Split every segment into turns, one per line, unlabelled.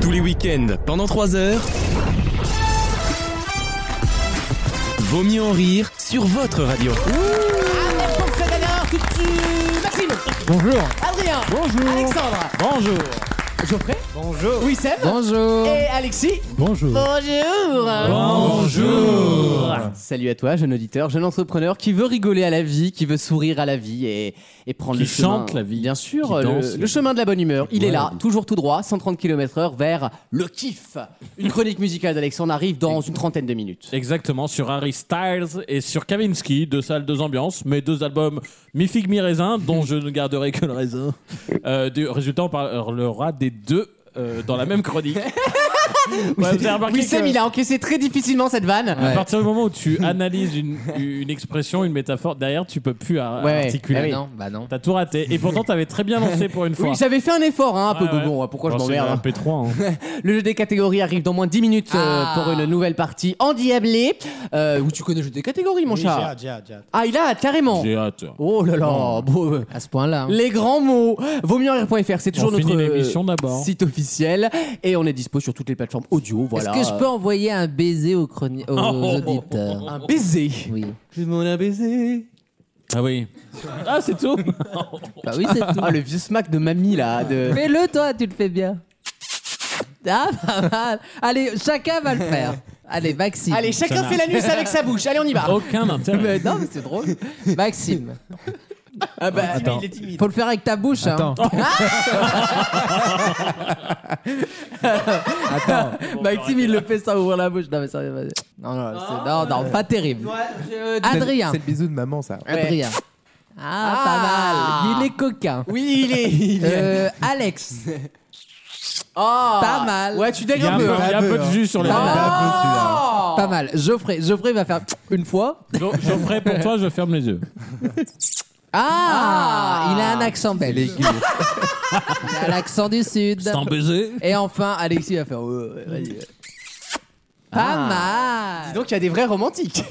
Tous les week-ends, pendant 3 heures. Vaut mieux en rire sur votre radio.
Avec pour cette dernière tout de suite, Maxime,
Bonjour.
Adrien,
Bonjour.
Alexandre,
Bonjour.
Geoffrey,
Bonjour.
Wissem
Bonjour.
et Alexis.
Bonjour.
Bonjour.
Bonjour.
Salut à toi, jeune auditeur, jeune entrepreneur qui veut rigoler à la vie, qui veut sourire à la vie et, et prendre
Qui
le chemin.
chante la vie,
Bien sûr,
qui
le-
danse.
le, chemin de la bonne humeur. Il est là, toujours tout droit, 130 km/h vers le kiff. Une chronique musicale d'Alexandre arrive dans une trentaine de minutes.
Exactement, sur Harry Styles et sur Kavinsky, deux salles, deux ambiances, mais deux albums mi figue mi raisin, dont je ne garderai que le raisin. Euh, du résultat, on parlera des deux euh, dans la même chronique. Ouais, vous avez Euh, remarqué
Wissem,
que-
il a encaissé très difficilement cette vanne.
À partir du moment où tu analyses une, une expression, une métaphore, derrière, tu peux plus a-
Ouais,
articuler.
ah oui.
Non, bah non.
T'as tout raté. Et pourtant, t'avais très bien lancé pour une fois.
Oui, j'avais fait un effort, hein, un peu.
Ouais, ouais.
Bon, pourquoi
Bon,
je
Oh, c'est
m'emmerde
un
hein.
P3. hein.
Le jeu des catégories arrive dans moins de 10 minutes euh,
Ah.
pour une nouvelle partie endiablée. Euh, où tu connais le jeu des catégories, mon chat Ah, il a carrément
J'ai hâte. Hein.
Oh là là bon, euh,
À ce point-là.
Les grands mots Vaut mieux en rire.fr, c'est toujours
On finit
notre euh,
l'émission d'abord.
site officiel. Et on est dispo sur toutes les plateformes audio. Voilà.
Est-ce que je peux envoyer un baiser aux, chroni- aux
Oh.
auditeurs
Un baiser
Oui.
Je demande un baiser
Ah oui. Ah, c'est tout.
Bah oui, c'est tout.
Ah, le vieux smack de mamie là de...
Fais-le toi, tu le fais bien. Ah, pas mal. Allez, chacun va le faire. Allez, Maxime.
Allez, chacun
Ça Oh,
fait l'anus avec sa bouche. Allez, on y va
Aucun intérêt.
Mais non, mais c'est drôle. Maxime.
Ah bah,
Attends.
est timide.
Faut le faire avec ta bouche. hein.
Bah,
Maxime, il le fait sans ouvrir la bouche. Non, mais sérieux, vas-y. Non, non, c'est- non, non, pas terrible. Adrien.
C'est le bisou de maman, ça.
Ouais.
Adrien. Ah,
Ah.
pas mal. Il est coquin.
Oui, il est... il est-
Euh, Alex.
Ah.
pas mal.
Ouais, tu
Il y a un
dégages
peu, il y a un peu de
hein.
Baveux,
jus sur les
Ah.
lèvres.
Oh.
Pas mal. Geoffrey. Geoffrey va faire une fois.
Donc, Geoffrey, pour toi, je ferme les yeux.
Ah,
Ah.
Il a un accent belge. Il a l'accent du sud.
C'est un baiser.
Et enfin, Alexis va faire. ouais, ouais, vas-y. Pas mal.
Donc il y a des vrais romantiques.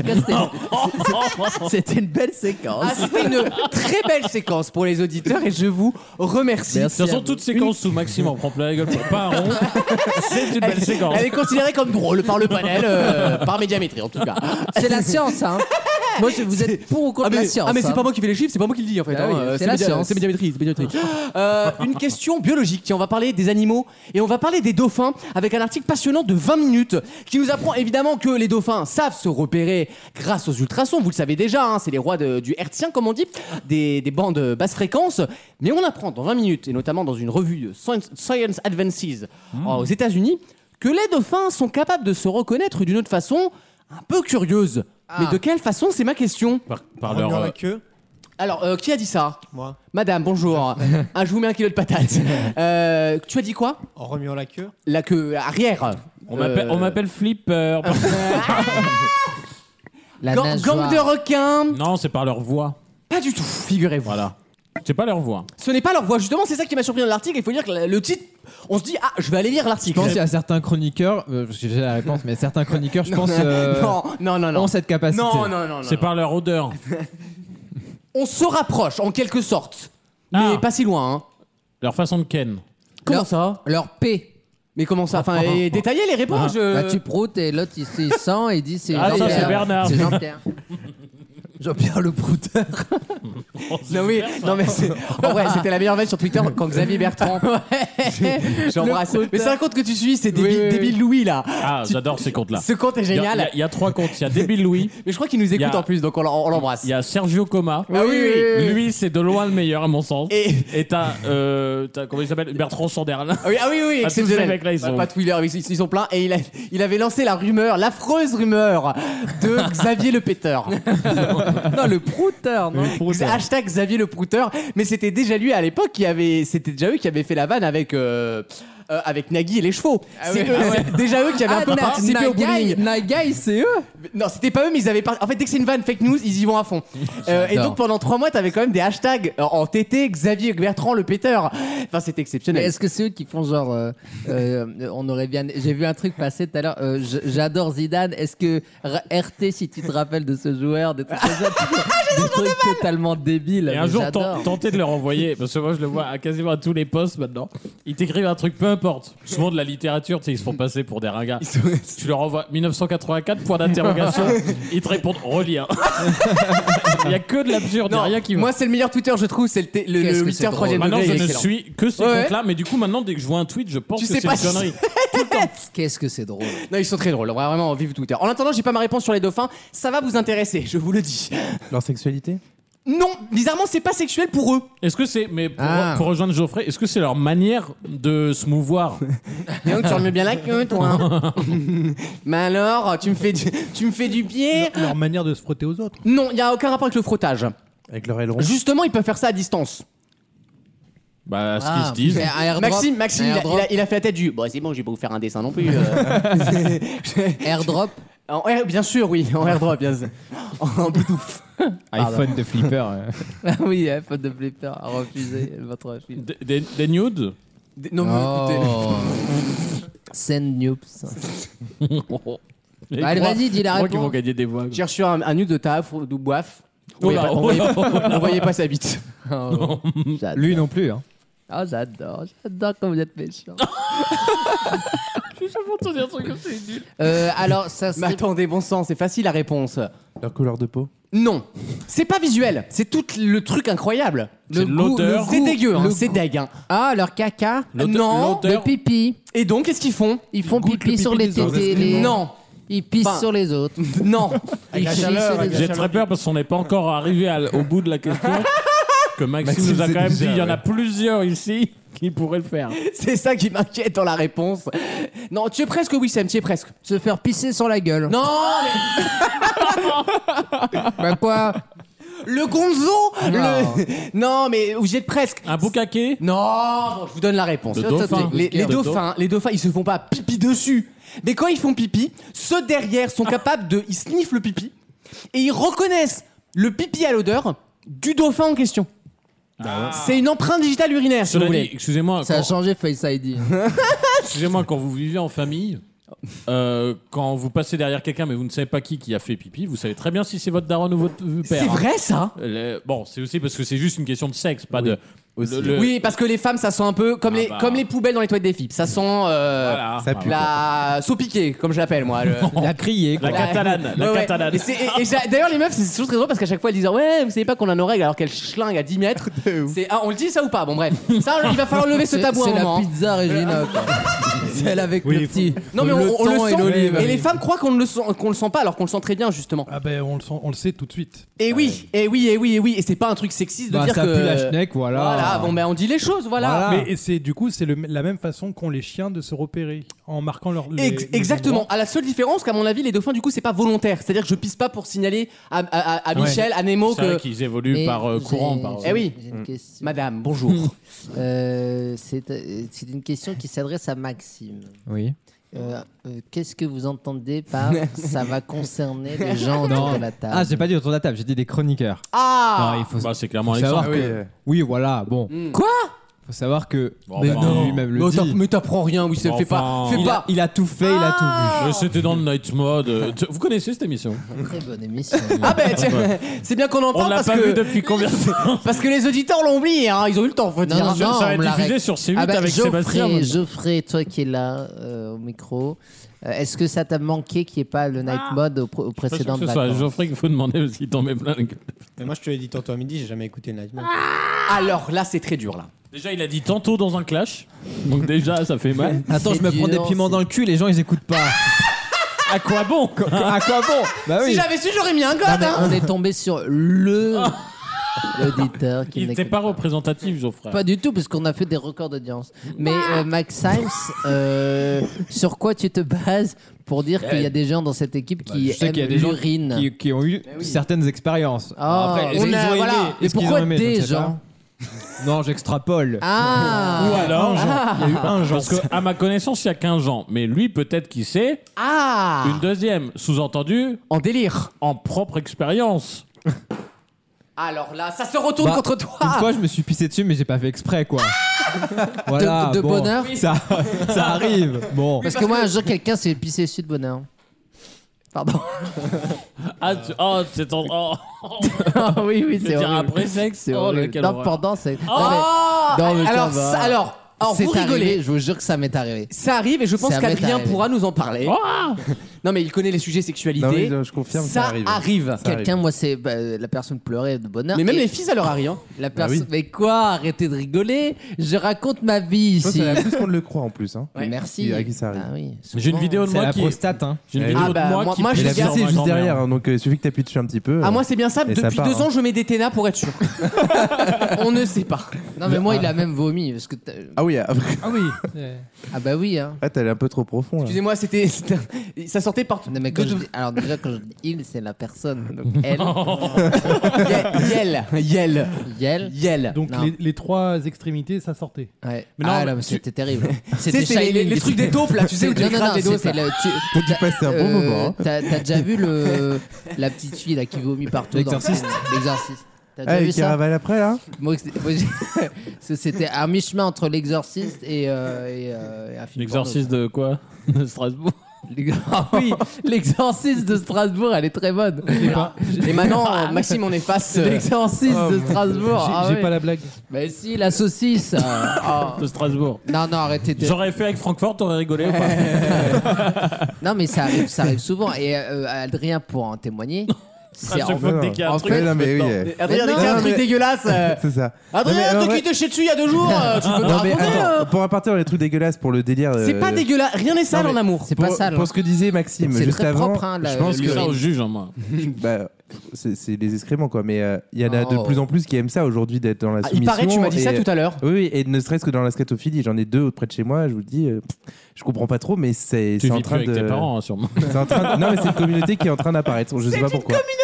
C'était une belle séquence.
Ah, C'était une très belle séquence pour les auditeurs et je vous remercie.
De
Merci.
toute façon, toute séquence où Maxime en prend plein la gueule pour pas un rond, c'est une belle séquence.
Elle est considérée comme drôle par le panel, euh, par médiamétrie en tout cas.
C'est la science, hein. Moi, je, vous êtes pour
Ah,
ou contre la science hein.
moi qui fais les chiffres, c'est pas moi qui le dis en fait.
Ah oui,
euh,
c'est la
média-
science.
C'est médiamétrie, c'est médiamétrie. Euh, une question biologique. Tiens, on va parler des animaux et on va parler des dauphins avec un article passionnant de 20 minutes qui nous apprend évidemment que les dauphins savent se repérer grâce aux ultrasons. Vous le savez déjà, hein, c'est les rois de- du hertzien comme on dit, des, des bandes basse fréquence. Mais on apprend dans 20 minutes et notamment dans une revue de Science, Science Advances aux États-Unis que les dauphins sont capables de se reconnaître d'une autre façon un peu curieuse. Mais de quelle façon C'est ma question.
Par, par leur, euh,
Alors, euh, qui a dit ça
Moi.
Madame, bonjour. ah, je vous mets un kilo de patates. Euh, tu as dit quoi
En remuant la queue
La queue arrière. Euh,
on m'appelle- on m'appelle Flipper.
La
Gang,
nageoire.
gang de requins
non, c'est par leur voix.
Pas du tout, figurez-vous.
Voilà. C'est pas leur voix.
Ce n'est pas leur voix, justement, c'est ça qui m'a surpris dans l'article. Il faut dire que le- le titre, on se dit, ah, je vais aller lire
Je
l'article.
pense à certains chroniqueurs, euh, parce que j'ai la réponse, mais certains chroniqueurs, je pense, euh,
non, non, non, non.
ont cette capacité.
Non, non, non, non,
C'est
non.
par leur odeur.
On se rapproche, en quelque sorte.
Ah.
Mais pas si loin. hein.
Leur façon de ken.
Comment
Non.
ça
Leur P.
Mais comment
Ah,
ça Enfin, et détailler les réponses. je-
Bah, tu proutes et l'autre il, il sent et il dit c'est
Ah, ça,
Jean-Pierre.
c'est Bernard.
C'est Jean-Pierre. Jean-Pierre le prouteur.
Non, oui, non, mais c'est. En vrai, c'était la meilleure veille sur Twitter quand Xavier Bertrand. J'embrasse. Mais c'est un compte que tu suis, c'est débile,
oui, oui.
Débile Louis, là.
Ah, j'adore ces contes-là.
Ce compte est
Il y a-
génial.
Il y, a- il y a trois contes. Il y a Débile Louis,
Mais je crois qu'il nous écoute
Il y a-
en plus, donc on l'em- on l'embrasse.
il y a Sergio Coma.
Ah oui, oui, oui, oui.
Lui, c'est de loin le meilleur à mon sens.
Et-
Et t'as, euh, t'as- comment il s'appelle Bertrand Sanderlin.
Ah oui, ah oui, oui,
Ah, tous ces
exceptionnel.
mecs-là, ils
Pas-
sont-
Pas Twitter, ils, ils sont pleins. Et il, a- il avait lancé la rumeur, l'affreuse rumeur de Xavier le Péteur.
non, le prouteur, non
Hashtag Xavier le Prouteur. Mais c'était déjà lui à l'époque qui avait. C'était déjà eux qui avaient fait la vanne avec. euh, euh, avec Nagui et les chevaux.
Ah
c'est eux- c'est déjà eux qui avaient un peu
Na-
participé au bowling.
Nagai, Nagai, c'est eux.
Non, c'était pas eux, mais ils avaient par- En fait, dès que c'est une vanne fake news, ils y vont à fond. Euh, et
J'adore.
donc pendant trois mois, t'avais quand même des hashtags euh, en TT, Xavier Bertrand le péteur. Enfin, c'était
Mais
exceptionnel.
est-ce que c'est eux qui font genre euh, euh, On aurait bien. J'ai vu un truc passer tout à l'heure. euh, j- J'adore Zidane. Est-ce que R- RT, si tu te rappelles de ce joueur, des trucs comme ça, des trucs totalement débiles.
Et un
mais
jour,
j'adore.
tenter de leur envoyer, parce que moi je le vois à quasiment à tous les postes maintenant, ils t'écrivent un truc peu, importe. Souvent de la littérature, tu sais, ils se font passer pour des ringards. Tu leur envoies 1984, point d'interrogation. Ils te répondent relire. Il n'y a que de l'absurde, il n'y a rien qui va.
Moi, c'est le meilleur Twitter, je trouve. C'est le, t- le,
Qu'est-ce
le
que
Twitter
c'est
3
Maintenant,
degré.
je
il est
ne
excellent.
suis que ces
Ouais, ouais.
comptes-là, mais du coup, maintenant, dès que je vois un tweet, je pense
Tu
que
sais
c'est
pas
une connerie.
Qu'est-ce que c'est drôle.
Non, ils sont très drôles. Vraiment, vive Twitter. En attendant, j'ai pas ma réponse sur les dauphins. Ça va vous intéresser, je vous le dis.
Leur sexualité
Non, bizarrement, c'est pas sexuel pour eux.
Est-ce que c'est, mais pour,
Ah.
pour rejoindre Geoffrey, est-ce que c'est leur manière de se mouvoir
Et donc, tu remets bien la queue, toi. Mais alors, tu me fais du, tu me fais du pied
Leur manière de se frotter aux autres
Non, il y a aucun rapport avec le frottage.
Avec leur aileron
Justement, ils peuvent faire ça à distance.
Bah, ce
Ah,
qu'ils se disent.
mais un airdrop-
Maxime, Maxime, il
un
a,
airdrop,
il a- il a fait la tête du. Bon, c'est bon, j'ai pas vous faire un dessin non plus. euh.
airdrop.
En air- bien sûr, oui, en airdrop, bien sûr. En Bluetooth.
iPhone de flipper. euh.
Ah oui, hein, faute de flipper a refusé votre film.
Des, des- des nudes
Des- Non, mais écoutez.
Send News.
Les
Allez,
trois-
vas-y, dis la
trois qui vont
réponse.
gagner des voix.
J'ai reçu un, un nude de taf, ou de boif. On
Oula,
voyait pas- on voyait on voyait pas sa bite.
Oh, j'adore.
Lui non plus. Hein.
Oh, j'adore, j'adore quand vous êtes méchant. Euh, alors, ça
Mais
serait
attendez, bon sang, c'est facile la réponse.
Leur couleur de peau
Non, c'est pas visuel, c'est tout le truc incroyable.
C'est
goût-
l'odeur.
C'est dégueu, hein,
Le
c'est
goût.
deg. hein.
Ah, leur caca.
L'odeur-
Non,
Le
l'odeur-
pipi.
Et donc, qu'est-ce qu'ils font
Ils font pipi, sur les tétés. les-
Non,
Ils pissent
Enfin,
sur les autres.
non.
Ils chient sur les
J'ai
autres.
très peur parce qu'on n'est pas encore arrivé à l- au bout de la question. Que Maxime,
Maxime,
nous a
c'est
quand même
déjà,
dit, il y en
ouais.
a plusieurs ici qui pourraient le faire.
C'est ça qui m'inquiète dans la réponse. Non, tu es presque, Wissem, tu es presque.
Se faire pisser sur la gueule.
Non,
Bah quoi
le gonzo
Non.
le- Non, mais vous y êtes presque.
Un boucaquet
Non, bon, je vous donne la réponse.
Le dauphin.
Les, les
Le
dauphins, les dauphins, ils se font pas pipi dessus. Mais quand ils font pipi, ceux derrière sont capables de, ils sniffent le pipi et ils reconnaissent le pipi à l'odeur du dauphin en question. Ah. C'est une empreinte digitale urinaire, si vous
Bah Cela dit,
voulez.
excusez-moi,
Ça a
quand-
changé Face ID.
excusez-moi, quand vous vivez en famille, euh, quand vous passez derrière quelqu'un mais vous ne savez pas qui qui a fait pipi, vous savez très bien si c'est votre daronne ou votre euh, père.
C'est
hein.
vrai ça
Le- bon, c'est aussi parce que c'est juste une question de sexe, pas de. le- le-
Oui, parce que les femmes, ça sent un peu comme
Euh. Ah
les
bah.
comme les poubelles dans les toilettes des filles. Ça sent euh,
Voilà.
Ça pue.
la saupiquée, comme je l'appelle moi. le-
La crier.
La
Quoi.
catalane, la
Ouais, ouais.
catalane.
Et c'est- et- et j'a- D'ailleurs, les meufs, c'est toujours très drôle parce qu'à chaque fois, elles disent Ouais, vous savez pas qu'on a nos règles alors qu'elles schlinguent à 10 mètres. C'est- ah, on le dit ça ou pas Bon, bref. Ça, il va falloir lever ce
C'est
tabou à
c'est
un
la
moment. hein.
pizza Regina. quoi. Celle avec
Oui,
le petit.
Non, mais on
le
on le
thon et
sent.
l'olive.
Et les femmes croient qu'on ne le sent- qu'on le sent pas alors qu'on le sent très bien, justement.
Ah ben on le, sent, on le sait tout de suite.
Et oui, et oui, et oui, et oui. Et c'est pas un truc sexiste de
Bah,
dire
ça
que.
pue la schneck, voilà.
Voilà, bon, ben on dit les choses, voilà.
Voilà. Ah.
Mais et c'est du coup c'est le- la même façon qu'ont les chiens de se repérer en marquant leur. les-
Ex-
les
exactement.
endroits.
À la seule différence qu'à mon avis, les dauphins, du coup, c'est pas volontaire. C'est-à-dire que je pisse pas pour signaler à, à- à- à
Ouais.
Michel, à Nemo
C'est vrai
que.
qu'ils évoluent
Et
par euh,
j'ai-
courant. Par,
j'ai-
Eh oui.
j'ai une question.
Madame, bonjour.
Euh, c'est euh, c'est une question qui s'adresse à Maxime.
Oui.
Euh, euh, Qu'est-ce que vous entendez par ça va concerner les gens autour de la table
Ah, j'ai pas dit autour de la table, j'ai dit des chroniqueurs.
Ah Hmm.
Non, il faut
Bah, c'est clairement
faut savoir
Alexandre.
que- Oui, voilà, bon.
Quoi
Faut savoir que
Bon, Mais enfin. non.
lui-même le
Mais t'as-
dit.
Mais t'apprends rien, oui, ça
Bon,
fait pas.
enfin.
Fais
Il a,
pas.
il a tout fait, il a tout vu.
Mais Euh, C'était dans le Night Mode. Euh, tu- Vous connaissez cette émission
Très bonne émission.
Ah ben tiens, c'est bien qu'on en
On
parle
l'a
parce
pas
que,
vu depuis combien de temps
parce que les auditeurs l'ont oublié, hein, ils ont eu le temps, faut dire.
non,
Ça
non,
va être
on l'a
diffusé
rec-
sur C8
Ah bah,
avec Sébastien.
Geoffrey, Geoffrey, toi qui es là euh, au micro, euh, est-ce que ça t'a manqué qu'il n'y ait pas le night
Ah.
mode au, pr-
Je suis
au
pas sûr
précédent
que ce soit à
vacances
Geoffrey qu'il faut demander s'il tombait plein la gueule.
Mais moi, je te l'ai dit tantôt à midi, j'ai jamais écouté Nightmare.
Alors là, c'est très dur là.
Déjà, il a dit tantôt dans un clash. Donc, déjà, ça fait mal.
Attends,
C'est
je me prends des
dur,
piments
c'est-
dans le cul, les gens ils écoutent pas.
À quoi bon
à quoi bon Bah
Si
oui.
j'avais su, j'aurais mis un
Non,
code.
mais
Hein.
On est tombé sur le l'auditeur qui
Il n'était
n'écoute
pas représentatif, Geoffrey.
Pas du tout, parce qu'on a fait des records d'audience. Mais euh, Maxime, euh, sur quoi tu te bases pour dire qu'il y a des gens dans cette équipe qui
Je sais
aiment
qu'il y a des gens
l'urine
qui, qui ont eu certaines expériences.
Ah,
Après,
on
est-ce qu'ils
a-
ont aimé
voilà.
Est-ce
Mais
qu'ils ont
pourquoi
aimé Je ne
des
sais pas.
gens
Non, j'extrapole.
Ah
Ou alors,
Il y a eu un genre.
parce que, à ma connaissance, il y a 15 ans. Mais lui, peut-être qu'il sait.
Ah
Une deuxième, sous-entendu,
En délire.
en propre expérience.
Alors là, ça se retourne
Bah,
contre toi.
Une fois, je me suis pissé dessus, mais j'ai pas fait exprès, quoi.
Ah.
Voilà,
De- de
bon,
bonheur
ça, ça arrive. Bon,
Parce que moi, un jour, quelqu'un s'est pissé dessus de bonheur. Pardon.
Ah, tu- oh, c'est ton. Oh,
Ah oui, oui,
je
c'est
veux dire,
horrible.
après sexe,
C'est
oh,
horrible.
quelle
Non,
horreur.
pendant, c'est.
Ah
Non, mais ça
alors,
va.
ça- alors, Alors,
C'est
vous rigolez.
arrivé, je vous jure que ça m'est arrivé.
Ça arrive et je pense
Ça m'est
qu'Adrien
arrivé.
pourra nous en parler. non mais il connaît les sujets sexualité.
Non, mais je- je confirme, ça arrive.
arrive.
Ça
Quelqu'un, moi, c'est bah, la personne pleurait de bonheur.
Mais même
et
les filles, ça leur arrive. hein.
la
Bah
personne.
oui.
Mais quoi Arrêtez de rigoler. Je raconte ma vie
Je pense
ici.
qu'il y en a plus qu'on ne le croit en plus. Hein.
Ouais.
Merci.
Il y en a qui ça arrive.
Ah oui,
J'ai une
souvent.
vidéo de
C'est
moi
la
qui. est-
prostate, hein.
J'ai une
Ah
vidéo
bah,
de moi,
moi-
qui
moi, je
Et
pète
la
l'ai
sur ma
PC est juste
grand-mère.
derrière, hein, donc euh, il suffit que tu dessus un petit peu.
Ah
euh,
moi c'est bien simple,
Et ça
depuis
part,
deux
hein.
ans je mets des ténas pour être sûr. On ne sait pas.
Non, mais moi, il a même vomi. Parce que t'as-
Ah oui, ah,
Ah oui. euh,
ah bah oui, hein.
ah, t'es allé un peu trop profond là.
Excusez-moi, c'était c'était- ça sortait partout.
Non, mais quand je dis- Alors déjà, quand je dis il, c'est la personne. Donc elle,
Ye- Yel, yel,
Yel.
yel.
Donc
Non.
les, les trois extrémités, ça sortait.
Ouais.
Mais non,
ah
mais
là, mais c'était terrible.
Tu sais, c'est les, les- les trucs des taupes là, tu sais où tu
non, non,
écrases
non,
les dos.
c'était
ça.
le- tu-
T'as dû passer un bon
euh,
moment. hein.
T'as t'as déjà vu le, la petite fille là qui vomit partout dans le
L'exorciste.
film L'exorciste. T'as déjà
Ah, et
vu
qui
ça
ravale après là
Moi, c'est- moi, j'ai- parce que C'était à mi-chemin entre l'exorciste et, euh, et, euh, et un film.
L'exorcise de quoi De Strasbourg.
porno. L'ex- Ah oui, l'exorciste de Strasbourg, elle est très bonne.
Et maintenant, euh, Maxime, on est face. euh,
Ah, L'exorciste de Strasbourg.
J'ai
ah
j'ai
oui.
pas la blague.
Mais si, la saucisse. euh, ah.
De Strasbourg.
Non, non, arrêtez. de-
J'aurais fait avec Francfort, t'aurais rigolé ou pas
Non, mais ça arrive, ça arrive souvent. Et euh, Adrien pourra en témoigner.
À
C'est
chaque
en-
fois que dès qu'il y a un
en
truc.
fait-
je
Mais non, mais
pète
oui.
dedans.
euh,
Adrien,
Mais
dès qu'il y a
non,
un truc
mais-
dégueulasse. euh,
C'est ça. Non, mais
Adrien,
en
toi
vrai-
qui t'es chez dessus il y a deux jours, euh, tu peux me
Non, mais
raconter.
attends,
euh.
pour repartir dans les trucs dégueulasses pour le délire.
C'est
euh,
pas dégueulasse, rien n'est sale
mais-
en amour.
C'est
Pour,
pas sale. hein.
pour ce que disait Maxime
C'est
juste
très
avant,
propre, hein, la-
je pense
Je dis
le
ça
urine.
que
au juge, hein, moi.
bah, c'est c'est les excréments quoi. Mais euh, il y en a
Oh.
de plus en plus qui aiment ça aujourd'hui d'être dans la
Ah,
soumission.
Il paraît, tu m'as dit ça
et- euh,
tout à l'heure.
Oui, oui, et ne serait-ce que dans la scatophilie, j'en ai deux près de chez moi. Je vous le dis, euh, je comprends pas trop, mais c'est
Tu
c'est en
vis plus
train
avec
de.
tes parents, hein, sûrement.
C'est en train de- Non, mais c'est une communauté qui est en train d'apparaître. Je sais pas pourquoi. communauté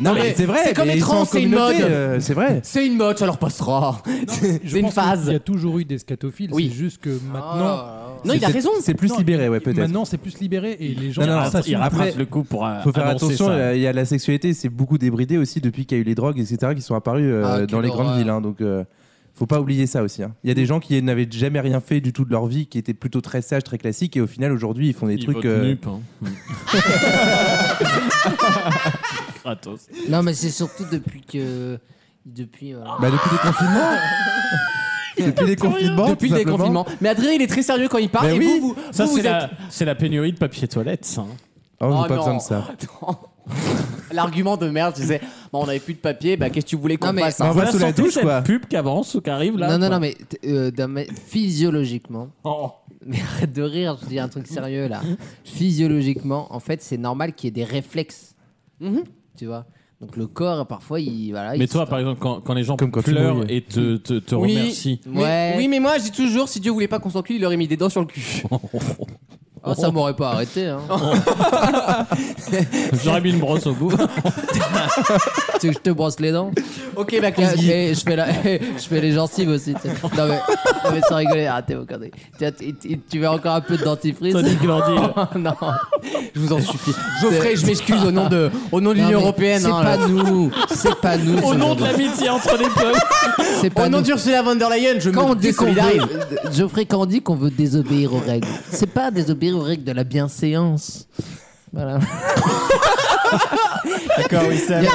Non,
Non,
mais,
mais
c'est vrai.
c'est comme
mais
les
ils sont
trans,
en
c'est une
communauté,
mode.
euh, c'est vrai.
C'est une mode, ça leur passera.
Je
C'est une
pense qu'il- Il y
phase.
a toujours eu des scatophiles.
Oui. Ah.
C'est juste que maintenant,
Oh.
Non, il a
C'est-
raison.
C'est plus
Non,
libéré, ouais, peut-être.
maintenant c'est plus libéré et les gens
Non, non,
ça
il rattrape
après-
le coup pour euh,
faut faire
annoncer
attention,
ça.
euh, il y a la sexualité, c'est beaucoup débridé aussi depuis qu'il y a eu les drogues, etc., qui sont apparues euh,
Ah, quelle
dans les grandes
horreur.
villes. hein, donc, euh, faut pas oublier ça aussi. hein. Il y a des gens qui n'avaient jamais rien fait du tout de leur vie, qui étaient plutôt très sages, très classiques, et au final, aujourd'hui, ils font des
Il
trucs.
vote
euh,
nup, hein. Gratos.
Non, mais c'est surtout depuis que. Depuis. euh,
bah, depuis les confinements Depuis les confinements
Depuis
tout
le
simplement.
déconfinement. Mais Adrien, il est très sérieux quand il parle.
Mais
et
oui.
vous, vous,
Ça,
vous,
c'est
vous êtes-
la, c'est la pénurie de papier toilette, ça. hein.
Oh, j'ai
Oh,
pas
non.
besoin de ça.
L'argument de merde, tu sais. Bon, on avait plus de papier, bah qu'est-ce que tu voulais qu'on
Non, mais-
fasse
On
hein
va sous la douche,
cette
quoi.
pub qui avance ou qui arrive là.
non, non,
quoi.
non, mais t- euh, d'un ma- physiologiquement.
Oh.
Mais arrête de rire, je dis un truc sérieux là. Physiologiquement, en fait, c'est normal qu'il y ait des réflexes.
Mhm.
Tu vois Donc le corps, parfois, il. Voilà,
Mais
Ah, il
toi,
se-
par exemple, quand, quand les gens
Comme quand tu
pleurent
mouilles.
et te, te, te
Oui.
remercient.
Mais-
Ouais.
Oui, mais moi, je dis toujours, si Dieu voulait pas qu'on s'encule, il aurait mis des dents sur le cul.
Oh, ça m'aurait pas arrêté. Hein.
J'aurais mis une brosse au bout.
tu veux que je te brosse les dents
ok, bah
Et,
qu'on se dit.
et je, fais la- je fais les gencives aussi. tu sais. Non, mais, non, mais sans rigoler, Ah, arrêtez vos conneries. Tu, vois, tu- tu- tu veux encore un peu de dentifrice
Tony Glandil.
Non.
Je vous en supplie. Geoffrey, je m'excuse au nom de, au nom de
Non,
l'Union
mais
européenne.
C'est
hein,
pas
là.
nous. C'est pas nous.
Au
ce
nom
monde.
de l'amitié entre les peuples.
C'est pas
Au nom
nous.
d'Ursula von der Leyen, je
Quand on
me
dit qu'on
désolidarise.
veut, Geoffrey, quand on dit qu'on veut désobéir aux règles, c'est pas désobéir aux règles de la bienséance. Voilà.
D'accord, oui, ça.
Il y,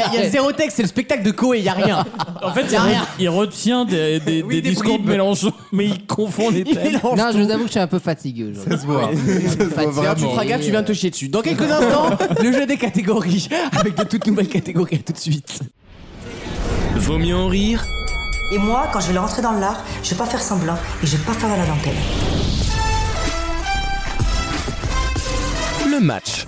a- il y a zéro texte, c'est le spectacle de Coé, il y a rien.
En fait,
Y
il,
a
re-
rien.
il retient des, des,
Oui,
des
des
discours
bribes.
de Mélenchon, mais il confond les
Il
thèmes.
mélange
Non, je vous avoue que je suis un peu fatigué aujourd'hui.
Ça se voit.
Bah, tiens, tu feras gaffe, tu viens de te chier dessus. Dans quelques instants, le jeu des catégories avec de toutes nouvelles catégories. À tout de suite.
Vaut mieux en rire
Et moi, quand je vais rentrer dans l'art, je vais pas faire semblant et je vais pas faire à la dentelle.
le match.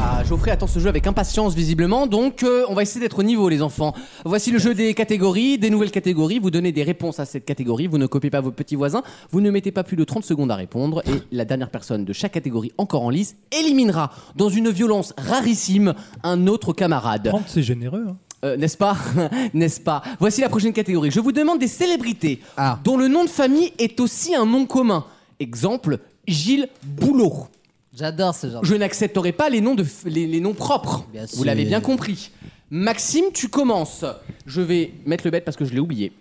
Ah, Geoffrey attend ce jeu avec impatience visiblement, donc euh, on va essayer d'être au niveau les enfants. Voici le jeu des catégories, des nouvelles catégories, vous donnez des réponses à cette catégorie, vous ne copiez pas vos petits voisins, vous ne mettez pas plus de 30 secondes à répondre et la dernière personne de chaque catégorie encore en lice éliminera dans une violence rarissime un autre camarade.
30 c'est généreux. hein.
Euh, N'est-ce pas N'est-ce pas Voici la prochaine catégorie. Je vous demande des célébrités
Ah.
dont le nom de famille est aussi un nom commun. Exemple, Gilles Boulot.
J'adore ce genre. de-
Je n'accepterai pas les noms, de f- les, les noms propres.
Ah. Bien
Vous
sûr.
l'avez bien compris. Maxime, tu commences. Je vais mettre le bête parce que je l'ai oublié.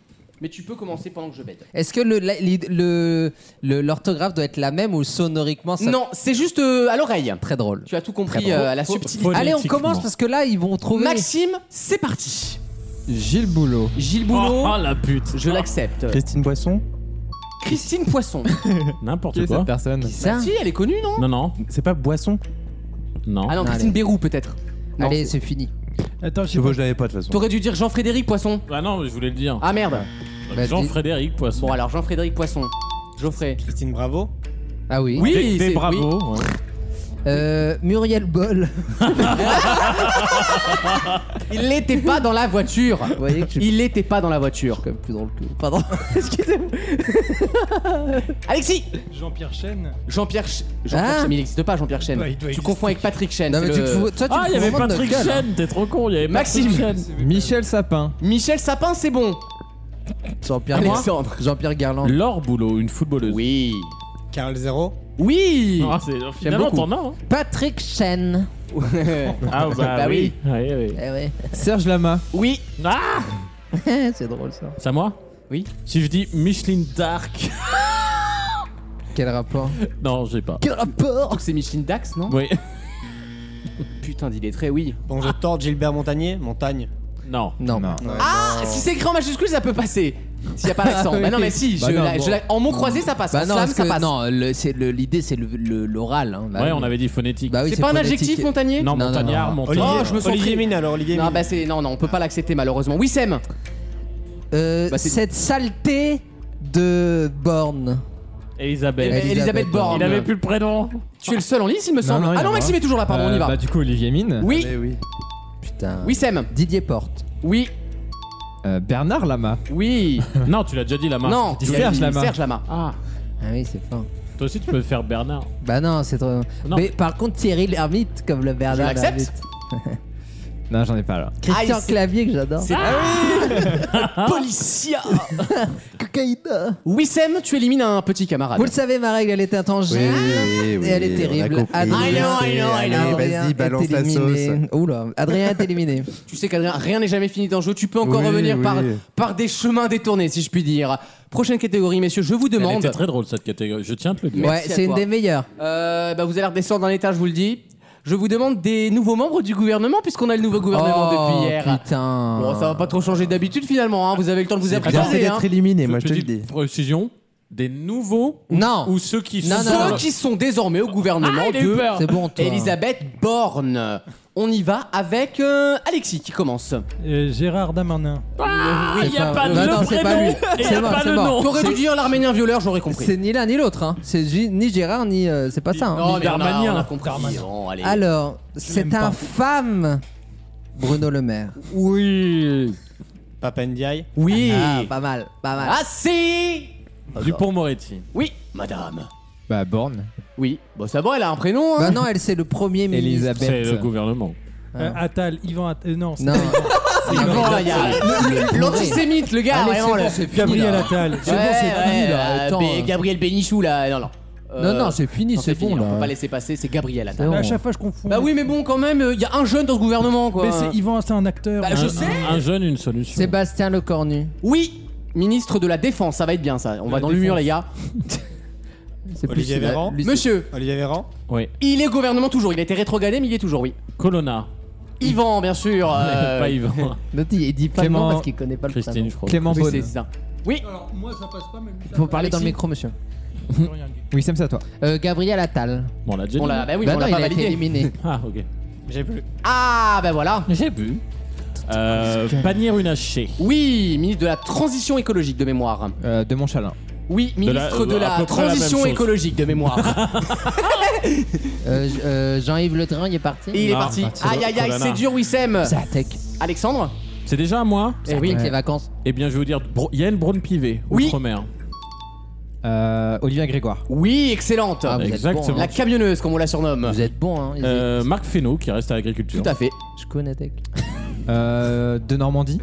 Mais tu peux commencer pendant que je bête.
Est-ce que le- la- l'id- le- le- l'orthographe doit être la même ou sonoriquement ça
Non, c'est juste euh, à l'oreille.
Très drôle.
Tu as tout compris
Très
euh, à la
Faut-
subtilité.
faut-
Allez, on
Phonétiquement.
commence parce que là, ils vont trouver.
Maxime, c'est parti.
Gilles Boulot.
Gilles
Oh,
Boulot,
ah, la pute
je l'accepte.
Christine Poisson
Christine Poisson.
Qui
N'importe
est
quoi.
cette personne
Qui ça
si, elle est connue, non
Non, non,
C'est pas Boisson
non.
Ah non,
Non,
Christine
allez.
Bérou peut-être.
Allez, c'est fini.
Attends, je sais
Je
pas.
je l'avais pas de toute façon.
T'aurais dû dire Jean-Frédéric Poisson.
Ah non, je voulais le dire.
Ah merde.
bah,
Jean-Frédéric Poisson.
Bon alors Jean-Frédéric Poisson. Geoffrey.
Christine Bravo.
Ah oui.
Oui,
Des- des
c'est- oui.
bravos. ouais.
Euh, Muriel Boll.
Il n'était pas dans la voiture.
Vous voyez que je suis
Il n'était pas dans la voiture.
quand même plus drôle que. Pardon.
Alexis
Jean-Pierre Chêne.
Jean-Pierre Ch- Jean-Pierre
Ah.
Ch- mais il n'existe pas Jean-Pierre Chen.
Bah, il doit
tu
exister.
confonds avec Patrick Chen.
Non, mais
c'est
tu
le-
te fous- toi, tu
Ah,
te
il y avait
fous vraiment de
Patrick
notre gueule, hein.
Chen, t'es trop con, il y avait
Maxime.
Patrick Chen.
Michel Sapin.
Michel Sapin, c'est bon.
Jean-Pierre Moi.
Alexandre.
Jean-Pierre Garland.
Laure Boulot, une footballeuse.
Oui.
Carl Zero.
Oui.
Ah, c'est- finalement,
beaucoup.
t'en as. hein.
Patrick Chen.
Ah, bah,
Bah oui.
oui. Oui, oui.
Eh ouais.
Serge Lama.
oui.
Ah
c'est drôle ça.
C'est à moi
Oui.
Si je dis Micheline Dark.
Quel rapport
Non, j'ai pas.
Quel rapport
C'est Micheline Dax, non
Oui.
Putain d'illettré, oui.
Bon, je tord Gilbert Montagnier. Montagne.
Non.
Non.
Bah
Ah, si c'est écrit en majuscule, ça peut passer. S'il n'y a pas l'accent.
Ah oui.
Bah non, mais si.
Bah
je
non,
la-
bon.
je la- en mot croisé, ça passe.
Bah
en
non,
slam,
parce
ça
que-
passe.
non, le- c'est le- l'idée c'est le- le- l'oral. hein, bah
Ouais,
oui.
on avait dit phonétique.
Bah oui,
C'est pas un
phonétique.
adjectif, Montagnier
Non,
Non, non,
montagnard,
non.
montagne.
Olivier,
Oh, je me sens
Olivier
pris.
Mine, alors Olivier
Non,
Mine.
bah c'est. Non, non, on peut pas l'accepter malheureusement. Oui, Sem
Euh,
Bah, c'est-
cette saleté de borne.
Elisabeth.
Elisabeth
Elisabeth Borne.
Il avait plus le prénom.
Tu es le seul en lice, il me semble.
non, il y
ah
en
non,
a
Maxime
un.
est toujours là, pardon, on y
Euh,
va.
Bah, du coup, Olivier Mine.
Oui,
oui.
Putain.
oui, Sem.
Didier Porte.
Oui,
Euh, Bernard Lama.
oui.
non, tu l'as déjà dit la main.
non,
Serge
il a dit
Lama.
Serge Lama.
Ah,
Ah oui, c'est fort.
toi aussi tu peux faire Bernard.
Bah non, c'est trop.
Non.
Mais par contre, Thierry l'ermite, comme le Bernard.
Je l'accepte.
l'ermite.
Non, j'en ai pas là.
Christian
Ah, il-
Clavier que j'adore.
C'est Ah. Policia
Cocaïna.
Wissem, tu élimines un petit camarade.
Vous le savez, ma règle, elle est intangible. Et elle est terrible.
know, I know, I know.
Adrien
Vas-y,
est
balance la sauce.
éliminé. Oula, Adrien est éliminé.
Tu sais qu'Adrien, rien n'est jamais fini dans le jeu. Tu peux encore
Oui,
revenir
oui.
Par, par des chemins détournés, si je puis dire. Prochaine catégorie, messieurs, je vous
Elle
demande.
était très drôle cette catégorie. Je tiens à te le dire.
ouais,
Merci à
c'est une
toi.
des meilleures.
Euh, bah, vous allez redescendre d'un étage, je vous le dis. Je vous demande des nouveaux membres du gouvernement, puisqu'on a le nouveau gouvernement
oh,
depuis hier.
Putain.
Bon, ça va pas trop changer d'habitude finalement. hein. Vous avez le temps de vous apprivoiser. Hein.
d'être éliminé, moi je te le
Petite
dis.
précision des nouveaux
Non.
ou ceux qui
Non,
sont.
non,
Ceux
non.
qui sont désormais au gouvernement de
C'est bon, toi.
Elisabeth Borne. On y va avec euh, Alexis qui commence.
Euh, Gérard Darmanin.
Ah, il n'y a
pas-
pas
Bah non,
le
c'est pas
prénom
lui.
et il n'y
C'est
a
mort,
pas
c'est
le
mort.
nom.
T'aurais dû dire l'arménien violeur, j'aurais compris.
C'est ni l'un ni l'autre. Hein. C'est ju- ni Gérard ni. euh, c'est pas ça. hein.
Non, mais on a,
Darmanin.
on a compris. Non, allez.
Alors,
l'aime
c'est
pas.
infâme Bruno Le Maire.
Oui.
Papa Ndiaye.
Oui.
Ah, pas mal, pas mal.
Ah si
Dupont Moretti.
Oui, madame.
Bah, Borne.
Oui. Bon, ça va, elle a un prénom.
bah
Hein.
non, elle c'est le premier ministre.
C'est
Elisabeth.
le gouvernement.
Euh, Attal, Yvan Attal. euh, non, c'est
Non,
Ah, bon, là, y a- L'antisémite, le gars,
Allez, Ah, c'est
Ah, vraiment,
bon,
là.
c'est fini.
Gabriel
là.
Attal.
C'est bon,
Ouais,
c'est fini
ouais,
là.
euh,
Attends. hein.
Bé- Gabriel Bénichou, là. Non, non.
Non, non,
Euh,
c'est fini,
non,
c'est bon
fini, On peut
là.
pas laisser passer, c'est Gabriel Attal.
C'est bon.
À chaque fois, je confonds.
Bah oui, mais bon, quand même, il y a un jeune dans ce gouvernement, quoi.
Mais c'est Yvan, c'est un acteur.
Bah, je
Un-
sais.
Un jeune, une solution.
Sébastien Lecornu.
Oui, ministre de la Défense, ça va être bien, ça. On va dans le mur, les gars.
C'est
Olivier
plus-
Véran.
lui, c'est-
Oh. Monsieur,
Olivier Véran.
Oui.
il est gouvernement toujours. Il a été rétrogradé, mais il est toujours, oui.
Colonna.
Yvan, bien sûr. euh,
Pas Yvan.
L'autre, il dit pas le nom
Clément-
parce qu'il connaît pas le
Christine,
prénom.
je crois.
Clément
oui, c'est
Beaune.
ça. Oui,
Alors, moi, ça passe pas, mais lui, ça
Faut parler dans le
Alexis.
micro, monsieur.
passe, rien du tout.
Oui, Sam, c'est à toi.
Euh, Gabriel Attal.
Bon, on l'a déjà
on
dit.
l'a bah oui, mais
bah
on
non,
l'a
il
pas
a été
validé.
éliminé.
Ah, ok.
J'ai plus.
Ah, bah voilà.
J'ai bu. Euh, panier runaché.
Oui, ministre de la Transition écologique de mémoire.
Euh, de Montchalin.
Oui, ministre
la-
de
euh, à
la
peu près la même
Transition
chose.
écologique de mémoire.
Euh, J- euh, Jean-Yves Le Drian, il est parti.
Et il est
Ah,
parti.
parti.
Aïe, aïe, aïe,
Colonna.
c'est dur, Wissem.
Ça tech.
Alexandre
C'est déjà à moi
Eh
Oui,
oui.
les vacances.
Eh bien, je vais vous dire Bro- Yael Braun-Pivet,
Oui.
outre-mer.
Euh, Olivier Grégoire.
Oui, excellente.
Ah, vous êtes
exactement.
bon, hein.
La camionneuse, comme on la surnomme.
Vous êtes bon, hein. ils-
Euh, Marc Fesneau, qui reste à l'agriculture.
Tout à fait.
Je connais tech.
Euh, de Normandie.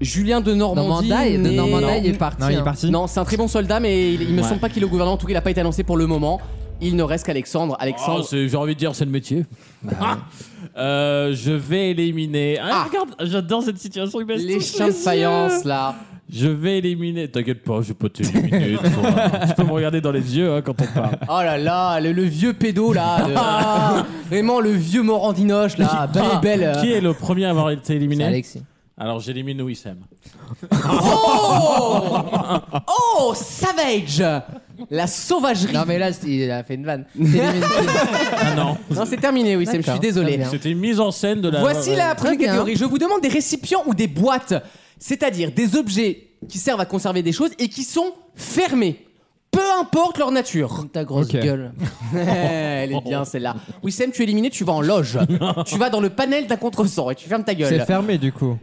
Julien de Normandie.
Normandaille, de
né-
Normandaille il est parti.
Non, il
hein.
est parti.
Non, c'est un très bon soldat, mais il, il me
Ouais.
semble pas qu'il est au gouvernement. En tout cas, il a pas été annoncé pour le moment. Il ne reste qu'Alexandre.
Oh,
Alexandre.
c'est- J'ai envie de dire, c'est le métier. Ah Euh, je vais éliminer. Ah,
Bah Ah.
Regarde, j'adore cette situation. il me reste
les
tous
chiens de
yeux.
faïence, là.
Je vais éliminer. T'inquiète pas, je peux t'éliminer. toi. tu peux me regarder dans les yeux hein, quand on parle.
Oh là là, le, le vieux pédo là. de-
Oh,
vraiment le vieux Morandinoche là. Belle et belle. euh.
Qui est le premier à avoir été
C'est
éliminé
Alexis.
Alors j'élimine Wissem.
Oh Oh Savage La sauvagerie.
Non, mais là, c'est- il a fait une vanne. C'est les-
Ah non.
Non, c'est terminé, Wissem, je suis
D'accord,
désolé.
très bien.
C'était une mise en scène de la.
Eh Voici la
Très
première
bien.
catégorie. Je vous demande des récipients ou des boîtes, c'est-à-dire des objets qui servent à conserver des choses et qui sont fermés, peu importe leur nature.
Comme ta grosse
Ok.
gueule.
Elle est bien celle-là. Wissem, tu es éliminé, tu vas en loge. tu vas dans le panel d'un contresort et tu fermes ta
Euh,
gueule.
C'est fermé du coup.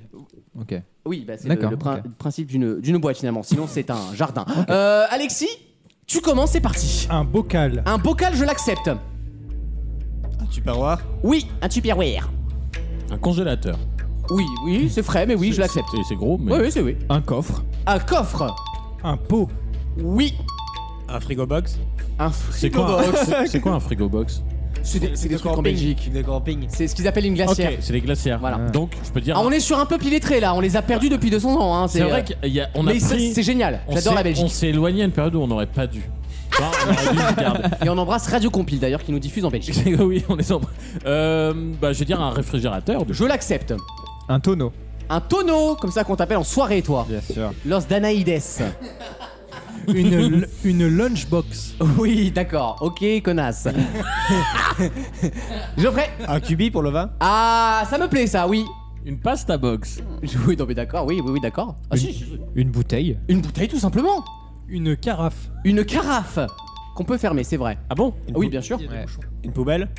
Ok.
Oui, bah, c'est le,
D'accord,
le prin-
ok.
le principe d'une d'une boîte finalement, sinon c'est un jardin. Euh, Alexis, tu commences, c'est parti.
Un bocal.
Un bocal, je l'accepte.
Un tupperware.
Oui, un tupperware.
Un congélateur.
Oui, oui, c'est frais, mais oui, je l'accepte.
C'est- C'est gros, mais.
Oui, oui, c'est oui.
Un coffre.
Un coffre.
Un pot.
Oui.
Un frigo box.
Un
C'est quoi,
frigo.
un- c'est quoi un frigo box
C'est des, c'est des
De
trucs en
camping.
Belgique.
De camping.
C'est ce qu'ils appellent une glacière.
Ok, c'est les glacières.
Voilà.
Donc je peux dire. hein,
Ah, on est sur un peuple illettré là, on les a perdus depuis 200 ans. Hein,
C'est
euh,
vrai qu'on a
mais ça,
pris.
c'est génial,
on
j'adore
s'est-
la
On
Belgique.
s'est éloigné à une période où on n'aurait pas dû. Enfin, on aurait dû le garder.
Et on embrasse Radio Compile d'ailleurs qui nous diffuse en Belgique.
oui, on est en. Euh, bah, je vais dire un réfrigérateur. De...
Je l'accepte.
Un tonneau.
Un tonneau, comme ça qu'on t'appelle en soirée toi.
Bien sûr.
Los Danaïdes.
Une, une lunchbox.
Oui, d'accord, ok, connasse. Je ferai.
Un cubi pour le vin.
Ah, ça me plaît ça, oui.
Une pasta box.
Oui, non mais d'accord, oui, oui, oui, d'accord. Ah, si, si, si.
Une bouteille.
Une bouteille tout simplement.
Une carafe.
Une carafe qu'on peut fermer, c'est vrai.
Ah bon
Oui, bien sûr.
Une poubelle.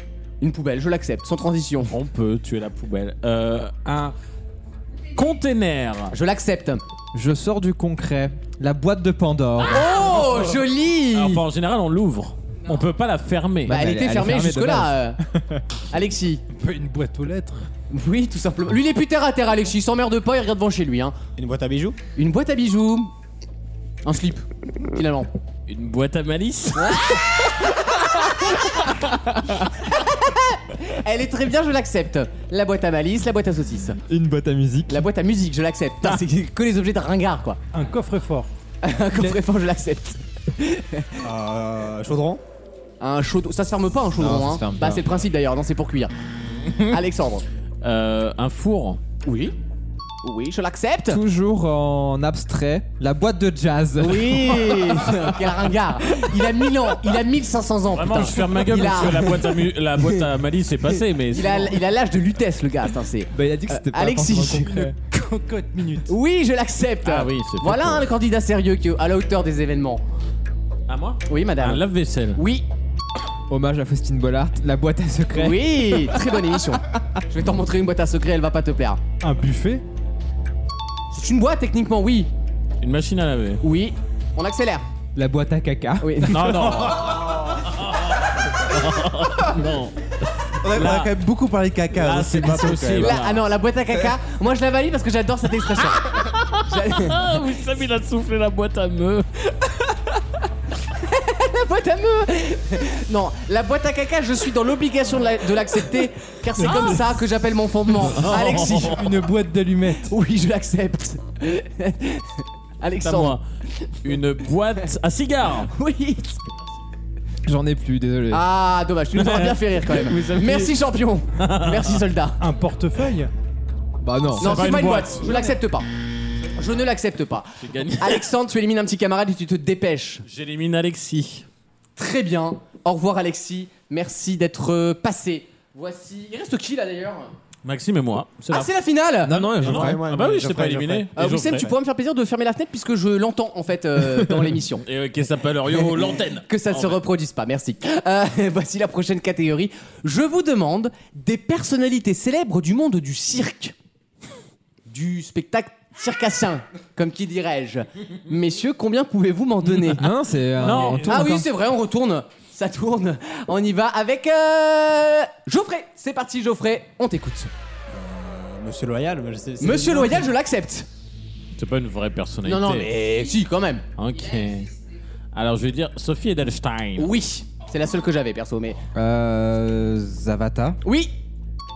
Une poubelle, je l'accepte, sans transition.
On peut tuer la poubelle. Euh, un container.
Je l'accepte.
Je sors du concret. La boîte de Pandore.
Ah
Oh, joli
Enfin, en général, on l'ouvre. On peut pas la fermer.
Bah, elle,
elle-
était
elle est
fermée
fermée de
jusque-là. euh. Alexis.
Une boîte aux lettres.
Oui, tout simplement. Lui, il est plus terre à terre, Alexis. Il s'emmerde pas, il regarde devant chez lui. Hein.
Une boîte à bijoux.
Une boîte à bijoux. Un slip, finalement.
Une boîte à malice.
Elle est très bien, je l'accepte. La boîte à malice, la boîte à saucisses.
Une boîte à musique.
La boîte à musique, je l'accepte.
Ah.
Putain, C'est que les objets de ringard, quoi.
Un coffre-fort.
Un coffre-fort, je l'accepte.
Euh, chaudron.
Un chaudron. Ça se ferme pas, un chaudron.
Non, ça
hein.
se ferme
bah,
pas.
c'est le principe d'ailleurs, non, c'est pour cuire. Alexandre.
Euh, un four.
Oui. Oui, je l'accepte.
Toujours en abstrait. La boîte de jazz.
Oui Quel ringard Il a 1000 ans, il a 1500 ans,
Vraiment,
putain.
je ferme ma gueule
il
parce que
a,
la boîte à, mu- la boîte à malice est passée, mais.
il a, il a l'âge de Lutèce, le gars, putain, c'est...
Bah, il a dit que c'était
Euh,
pas
Alexis.
forcément concret.
Cocotte minute.
Oui, je l'accepte
Ah oui, c'est fait
Voilà
pour-
un candidat sérieux qui est à la hauteur des événements.
À moi
Oui,
Un
madame
lave-vaisselle.
Oui,
Hommage à Faustine Bollard. La boîte à secret.
oui Très bonne émission. Je vais t'en montrer une boîte à secret, elle va pas te plaire.
Un buffet.
C'est une boîte, techniquement, oui.
Une machine à laver.
Oui. On accélère.
La boîte à caca.
Oui.
Non, non. non.
On a, on a quand même beaucoup parlé de caca.
Là,
hein,
c'est
pas
pas possible.
La- ah non, la boîte à caca, moi je la valide parce que j'adore cette expression. J'a-
Ah, vous savez, il a soufflé la boîte à meux.
La boîte à meux Non, la boîte à caca, je suis dans l'obligation de la- de l'accepter, car c'est comme ça que j'appelle mon fondement. Alexis
Une boîte d'allumettes.
Oui, je l'accepte.
C'est à moi.
Alexandre
Une boîte à cigares.
Oui
J'en ai plus, désolé.
Ah, dommage, tu nous aurais bien fait rire quand même. Merci champion Merci soldat
Un portefeuille.
Bah non.
Non, c'est
une
pas une
boîte.
boîte, je l'accepte pas. Je ne l'accepte pas.
J'ai gagné.
Alexandre, tu élimines un petit camarade et tu te dépêches.
J'élimine Alexis.
Très bien. Au revoir Alexis, merci d'être euh, passé. Voici. Il reste qui là d'ailleurs
Maxime et moi. C'est
Ah,
la-
c'est la finale
Non, non, je
Non,
Ouais, moi,
ah bah oui,
moi,
je t'ai pas
Geoffrey,
éliminé.
Euh,
Et
Wissem,
Geoffrey.
tu pourrais me faire plaisir de fermer la fenêtre puisque je l'entends en fait euh, dans l'émission.
Et euh, qui s'appelle Rio l'antenne.
Que ça ne
En
se
fait.
reproduise pas, merci. Euh, voici la prochaine catégorie. Je vous demande des personnalités célèbres du monde du cirque. Du spectacle circassien, comme qui dirais-je. Messieurs, combien pouvez-vous m'en donner
Non, non, c'est. euh,
Non.
on tourne
Ah oui,
encore.
c'est vrai, on retourne. Ça tourne. On y va avec euh, Geoffrey. C'est parti, Geoffrey. On t'écoute.
Euh, Monsieur Loyal. mais je sais- c'est-
Monsieur Loyal, je l'accepte.
C'est pas une vraie personnalité.
Non, non, mais si, quand même.
Ok. Alors je vais dire Sophie Edelstein.
Oui, c'est la seule que j'avais, perso, mais.
Euh. Zavata.
Oui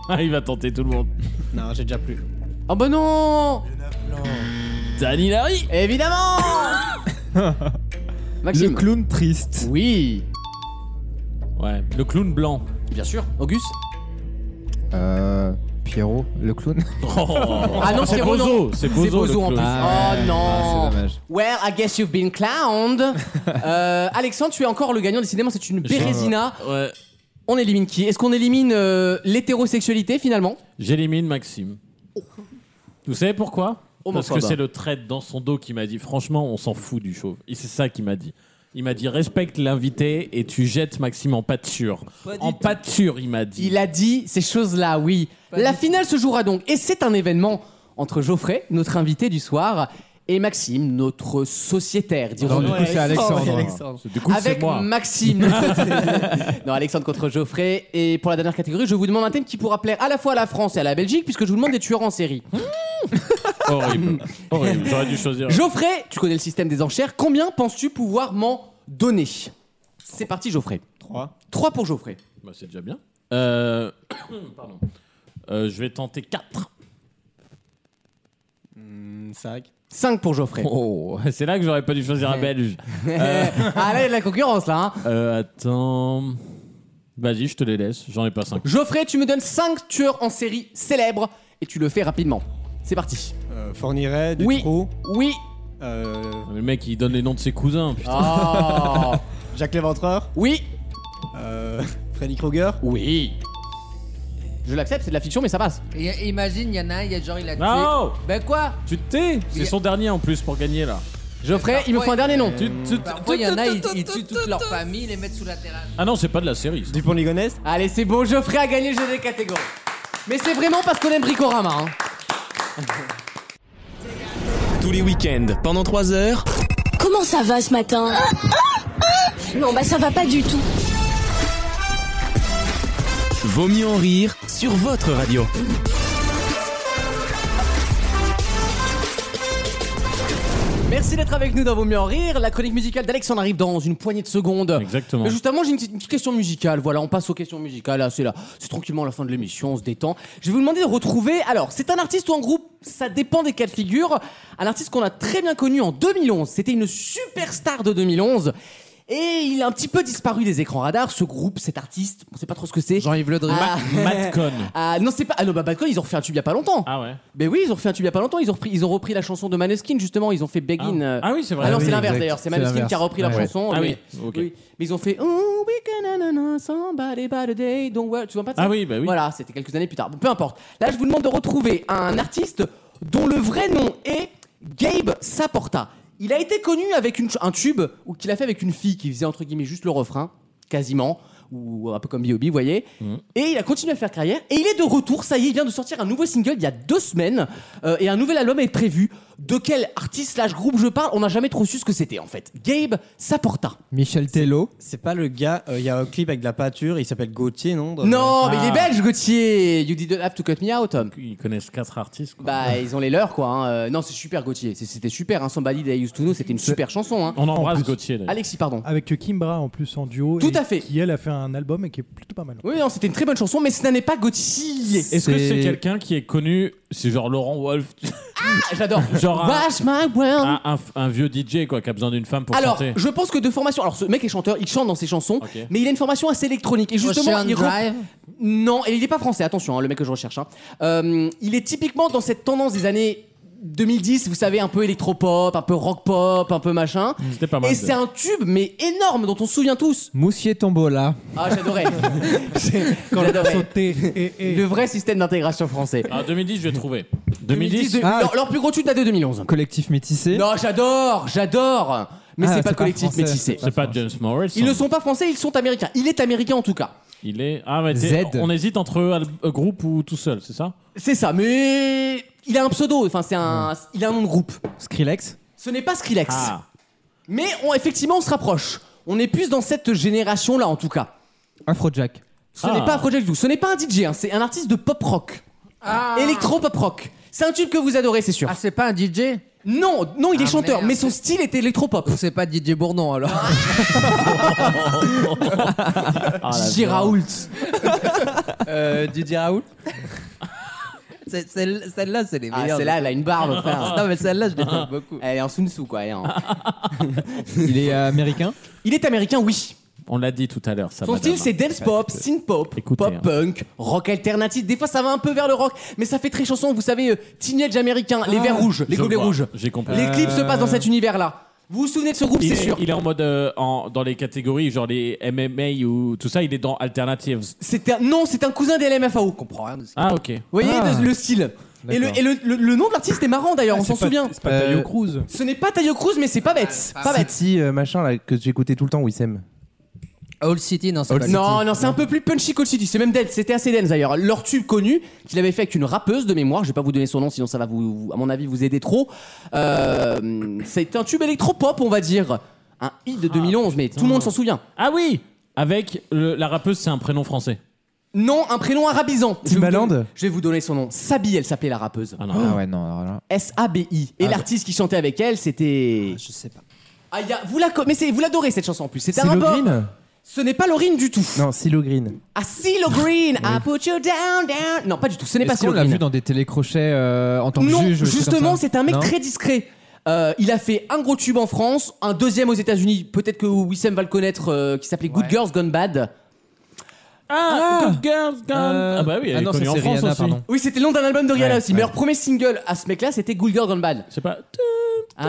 Ah, il va tenter tout le monde.
bah
Non, j'ai déjà plus.
Oh bah non
Dan Hilary.
Évidemment Maxime.
clown triste.
Oui,
Ouais, le clown blanc.
bien sûr. Auguste
Euh, Pierrot, le clown.
Ah non,
c'est
Pierrot, non.
Bozo, c'est Bozo,
Bozo
le
en
clown.
plus.
Ah,
oh
ouais.
non
Ah, c'est dommage.
Well, I guess you've been clowned. Euh, Alexandre, tu es encore le gagnant. Décidément, c'est une bérésina.
Ouais.
On élimine qui Est-ce qu'on élimine euh, l'hétérosexualité finalement
J'élimine Maxime.
Oh.
Vous savez pourquoi Parce que
Homophobe.
c'est le traître dans son dos qui m'a dit franchement, on s'en fout du chauve. Et c'est ça qu'il m'a dit. Il m'a dit respecte l'invité et tu jettes Maxime en pâture. En pâture, il m'a dit.
Il a dit ces choses-là, oui. La finale se jouera donc. Et c'est un événement entre Geoffrey, notre invité du soir, et Maxime, notre sociétaire,
Non,
dirons-nous.
du coup, c'est Alexandre.
Du coup, c'est
avec
moi.
Maxime. non, Alexandre contre Geoffrey. Et pour la dernière catégorie, je vous demande un thème qui pourra plaire à la fois à la France et à la Belgique, puisque je vous demande des tueurs en série.
Horrible. Horrible. J'aurais dû choisir.
Geoffrey, tu connais le système des enchères. Combien penses-tu pouvoir m'en donner C'est parti, Geoffrey.
3.
3 pour Geoffrey.
Bah, c'est déjà bien. Euh, Pardon. Euh, je vais tenter 4.
5.
5 pour Geoffrey.
Oh, c'est là que j'aurais pas dû choisir un belge.
ah là, il y a de la concurrence là. hein.
Euh, attends. Vas-y, je te les laisse. J'en ai pas 5.
Geoffrey, tu me donnes 5 tueurs en série célèbres et tu le fais rapidement. C'est parti.
Euh, Fourniret,
Oui.
Dutroux,
Oui.
euh,
Le mec, il donne les noms de ses cousins. Putain.
Oh.
Jacques Léventreur,
oui.
euh, Freddy Krueger.
Ah Oui. Je l'accepte, c'est de la fiction, mais ça passe.
Et imagine, il y en a un, il y a genre, il a tué.
Non
Ben quoi
Tu te tais
Il est-
C'est son dernier en plus pour gagner là.
Geoffrey, il me faut un dernier nom.
Tu- tu-
Parfois, il y en a, ils, ils tuent toute leur famille, ils les mettent sous la terrasse.
Ah non, c'est pas de la série. ça.
Dupont de Ligonnès.
Allez, c'est bon, Geoffrey a gagné le jeu des catégories. Mais c'est vraiment parce qu'on aime Bricorama. hein.
Tous les week-ends, pendant 3 heures,
Comment ça va ce matin Non, bah ça va pas du tout.
Vaut mieux en rire sur votre radio.
Merci d'être avec nous dans Vos Mieux en Rire. La chronique musicale d'Alexandre arrive dans une poignée de secondes.
Exactement.
Mais justement, j'ai une petite une petite question musicale. Voilà, on passe aux questions musicales. Ah, c'est là, c'est tranquillement la fin de l'émission, on se détend. Je vais vous demander de retrouver. Alors, c'est un artiste ou un groupe, ça dépend des cas de figure. Un artiste qu'on a très bien connu en 2011. C'était une superstar de 2011. Et il a un petit peu disparu des écrans radars. Ce groupe, cet artiste, on sait pas trop ce que c'est.
Jean-Yves Le Drian.
Ah.
Matcon.
Ah non, c'est pas. Ah non, bah Balcon, ils ont refait un tube il y a pas longtemps.
Ah ouais.
Mais Ben oui, ils ont refait un tube il y a pas longtemps. Ils ont repris, ils ont repris la chanson de Maneskin, justement. Ils ont fait
Ah,
Beggin. euh,
Ah oui, c'est vrai.
ah non,
oui,
c'est l'inverse
exact.
d'ailleurs, c'est
C'est
Maneskin
l'inverse.
qui a repris leur
Ouais.
chanson.
Ah
mais-
oui, ok.
Mais ils ont fait Oh, we can na-na-na, somebody by the day, don't worry. Tu vois pas de ça
Ah oui, bah oui.
Voilà, c'était quelques années plus tard. Bon, peu importe. Là, je vous demande de retrouver un artiste dont le vrai nom est Gabe Saporta. Il a été connu avec une ch- un tube ou qu'il a fait avec une fille qui faisait entre guillemets juste le refrain, quasiment, ou un peu comme B.O.B. Vous voyez.
Mhm.
Et il a continué à faire carrière. Et il est de retour. Ça y est, il vient de sortir un nouveau single il y a deux semaines euh, et un nouvel album est prévu. De quel artiste slash groupe je parle On n'a jamais trop su ce que c'était en fait. Gabe Saporta.
Michel Tello.
C'est pas le gars, il y a un clip avec de la peinture, il s'appelle Gauthier, non dans-
Non, mais il est
Ah.
belge, Gauthier. You didn't have to cut me out.
Ils connaissent quatre artistes. quoi.
Bah, ils ont les leurs, quoi. hein. Euh, Non, c'est super, Gauthier. C'est- C'était super. Hein. Somebody They Used to Know, c'était une super chanson. Hein.
On embrasse
plus.
Gauthier. d'ailleurs.
Alexis, pardon.
Avec Kimbra en plus en duo.
Tout
et
à fait.
Qui elle a fait un album et qui est plutôt pas mal.
Oui, non, c'était une très bonne chanson, mais ce n'en est pas Gauthier.
Est-ce que c'est
C'est-
quelqu'un qui est connu C'est genre Laurent Wolf,
Ah, J'adore.
Genre un-
Wash my world.
un, un- un vieux DJ quoi, qui a besoin d'une femme pour
Ah Alors,
chanter.
je pense que de formation. Alors, ce mec est chanteur, il chante dans ses chansons,
Ok.
mais il a une formation assez électronique. Et justement,
Ocean
il re-
Drive.
Non, et il n'est pas français, attention, hein, le mec que je recherche. hein. Euh, il est typiquement dans cette tendance des années 2010, vous savez, un peu électropop, un peu rock pop, un peu machin.
Mm, C'était pas mal.
Et c'est un tube, mais énorme, dont on se souvient tous.
Moussier Tombola.
Ah, j'adorais. j'adorais.
Sauter et, et-
Le vrai système d'intégration français.
Ah, 2010, je vais trouver.
2010,
2010,
de-
Ah.
leur, leur plus gros tube date de 2011.
Collectif métissé.
Non, j'adore, j'adore. Mais
Ah,
c'est pas
c'est pas
collectif
français,
métissé.
c'est pas James Morris.
Ils ne sont pas français, ils sont américains. Il est américain en tout cas.
Il est. Ah, mais t'es-
Z.
on hésite entre al- euh, groupe ou tout seul, c'est ça
C'est ça, mais il a un pseudo. Enfin, c'est un, il a un nom de groupe.
Skrillex.
Ce n'est pas Skrillex.
Ah,
Mais on, effectivement, on se rapproche. On est plus dans cette génération-là, en tout cas.
Afrojack.
Ce
Ah.
n'est pas Project Blue, ce n'est pas un DJ, hein, c'est un artiste de pop rock. Ah. Électro pop rock. C'est un tube que vous adorez, c'est sûr.
Ah, c'est pas un DJ
non, non, il est
Ah,
chanteur,
merde.
mais son style est électro pop.
C'est pas DJ Bourdon alors.
J.
Ah, la
Ah,
violence.
Raoult.
Euh, Didier Raoul.
C'est- celle- Celle-là, c'est les
Ah,
meilleures.
celle-là, elle a une barbe, frère.
Non, mais celle-là, je l'aime beaucoup.
Elle est en Sun-Tzu, quoi. elle est en-
Il est euh, américain
Il est américain, oui.
On l'a dit tout à l'heure, ça.
Son
madame.
style, c'est dance pop, synth pop,
Écoutez,
pop
hein.
punk, rock alternatif. Des fois, ça va un peu vers le rock, mais ça fait très chanson. Vous savez, euh, teenage américain, les verts rouges, les
Ah, Je
gobelets
vois,
rouges.
J'ai compris.
Les clips se passent dans cet univers-là. Vous vous souvenez de ce groupe,
Il
c'est
est,
sûr.
il est en mode euh, en- dans les catégories genre les MMA ou tout ça, il est dans alternatives.
C'est un- non, c'est un cousin des LMFAO.
comprends rien de ce
Ah Ah, ok.
Vous voyez
Ah.
de- le style. Et, le, et le- le- le nom de l'artiste est marrant d'ailleurs, Ah, on s'en souvient.
C'est pas Tayo
Euh,
Cruz.
Ce n'est pas Tayo Cruz, mais c'est pas
Ah,
bête. Pas bête.
City, euh, machin, là, que tu écoutais tout le temps, Wissem.
Old City, non, c'est
Old
pas
Non, non, c'est un peu plus punchy qu'au City. C'est même dense, c'était assez dense d'ailleurs. Leur tube connu, qu'il avait fait avec une rappeuse de mémoire, je vais pas vous donner son nom, sinon ça va vous, vous- à mon avis, vous aider trop. Euh, c'est un tube électropop, on va dire. Un hit de 2011, mais tout le monde s'en souvient.
Ah oui. Avec le- la rappeuse, c'est un prénom français.
Non, un prénom arabisant. Je vais vous
Timbaland
donner- Je vais vous donner son nom. Sabi, elle s'appelait la rappeuse.
Ah non.
Ah ouais, non, alors là.
S-A-B-I. Et l'artiste qui chantait avec elle, c'était.
Ah Je sais pas.
Ah, y a- vous la connaissez, vous l'adorez cette chanson en plus. C'était un
Silo
rapport-
Green
Ce n'est pas Laurine du tout.
Non, Silo Green.
Ah, Silo Green, I put you down, down. Non, pas du tout, ce n'est pas
Ah, Est-ce
Silo
qu'on l'a
Green.
vu dans des télécrochets euh, en tant que
non,
juge ou des trucs comme
justement,
ça
c'est un mec
Non
très discret. Euh, il a fait un gros tube en France, un deuxième aux États-Unis, peut-être que Wissem va le connaître, euh, qui s'appelait Good Girls Gone Bad.
Ah, Good Girls Gone.
Euh,
Ah bah oui, elle
ah
est
non, ça,
connue en
c'est
France
Rihanna,
aussi.
pardon.
Oui, c'était le nom d'un album de Rihanna
Ouais,
aussi.
ouais.
Mais leur premier single à ce mec-là, c'était Good Girls Gone Bad.
C'est pas.
Un,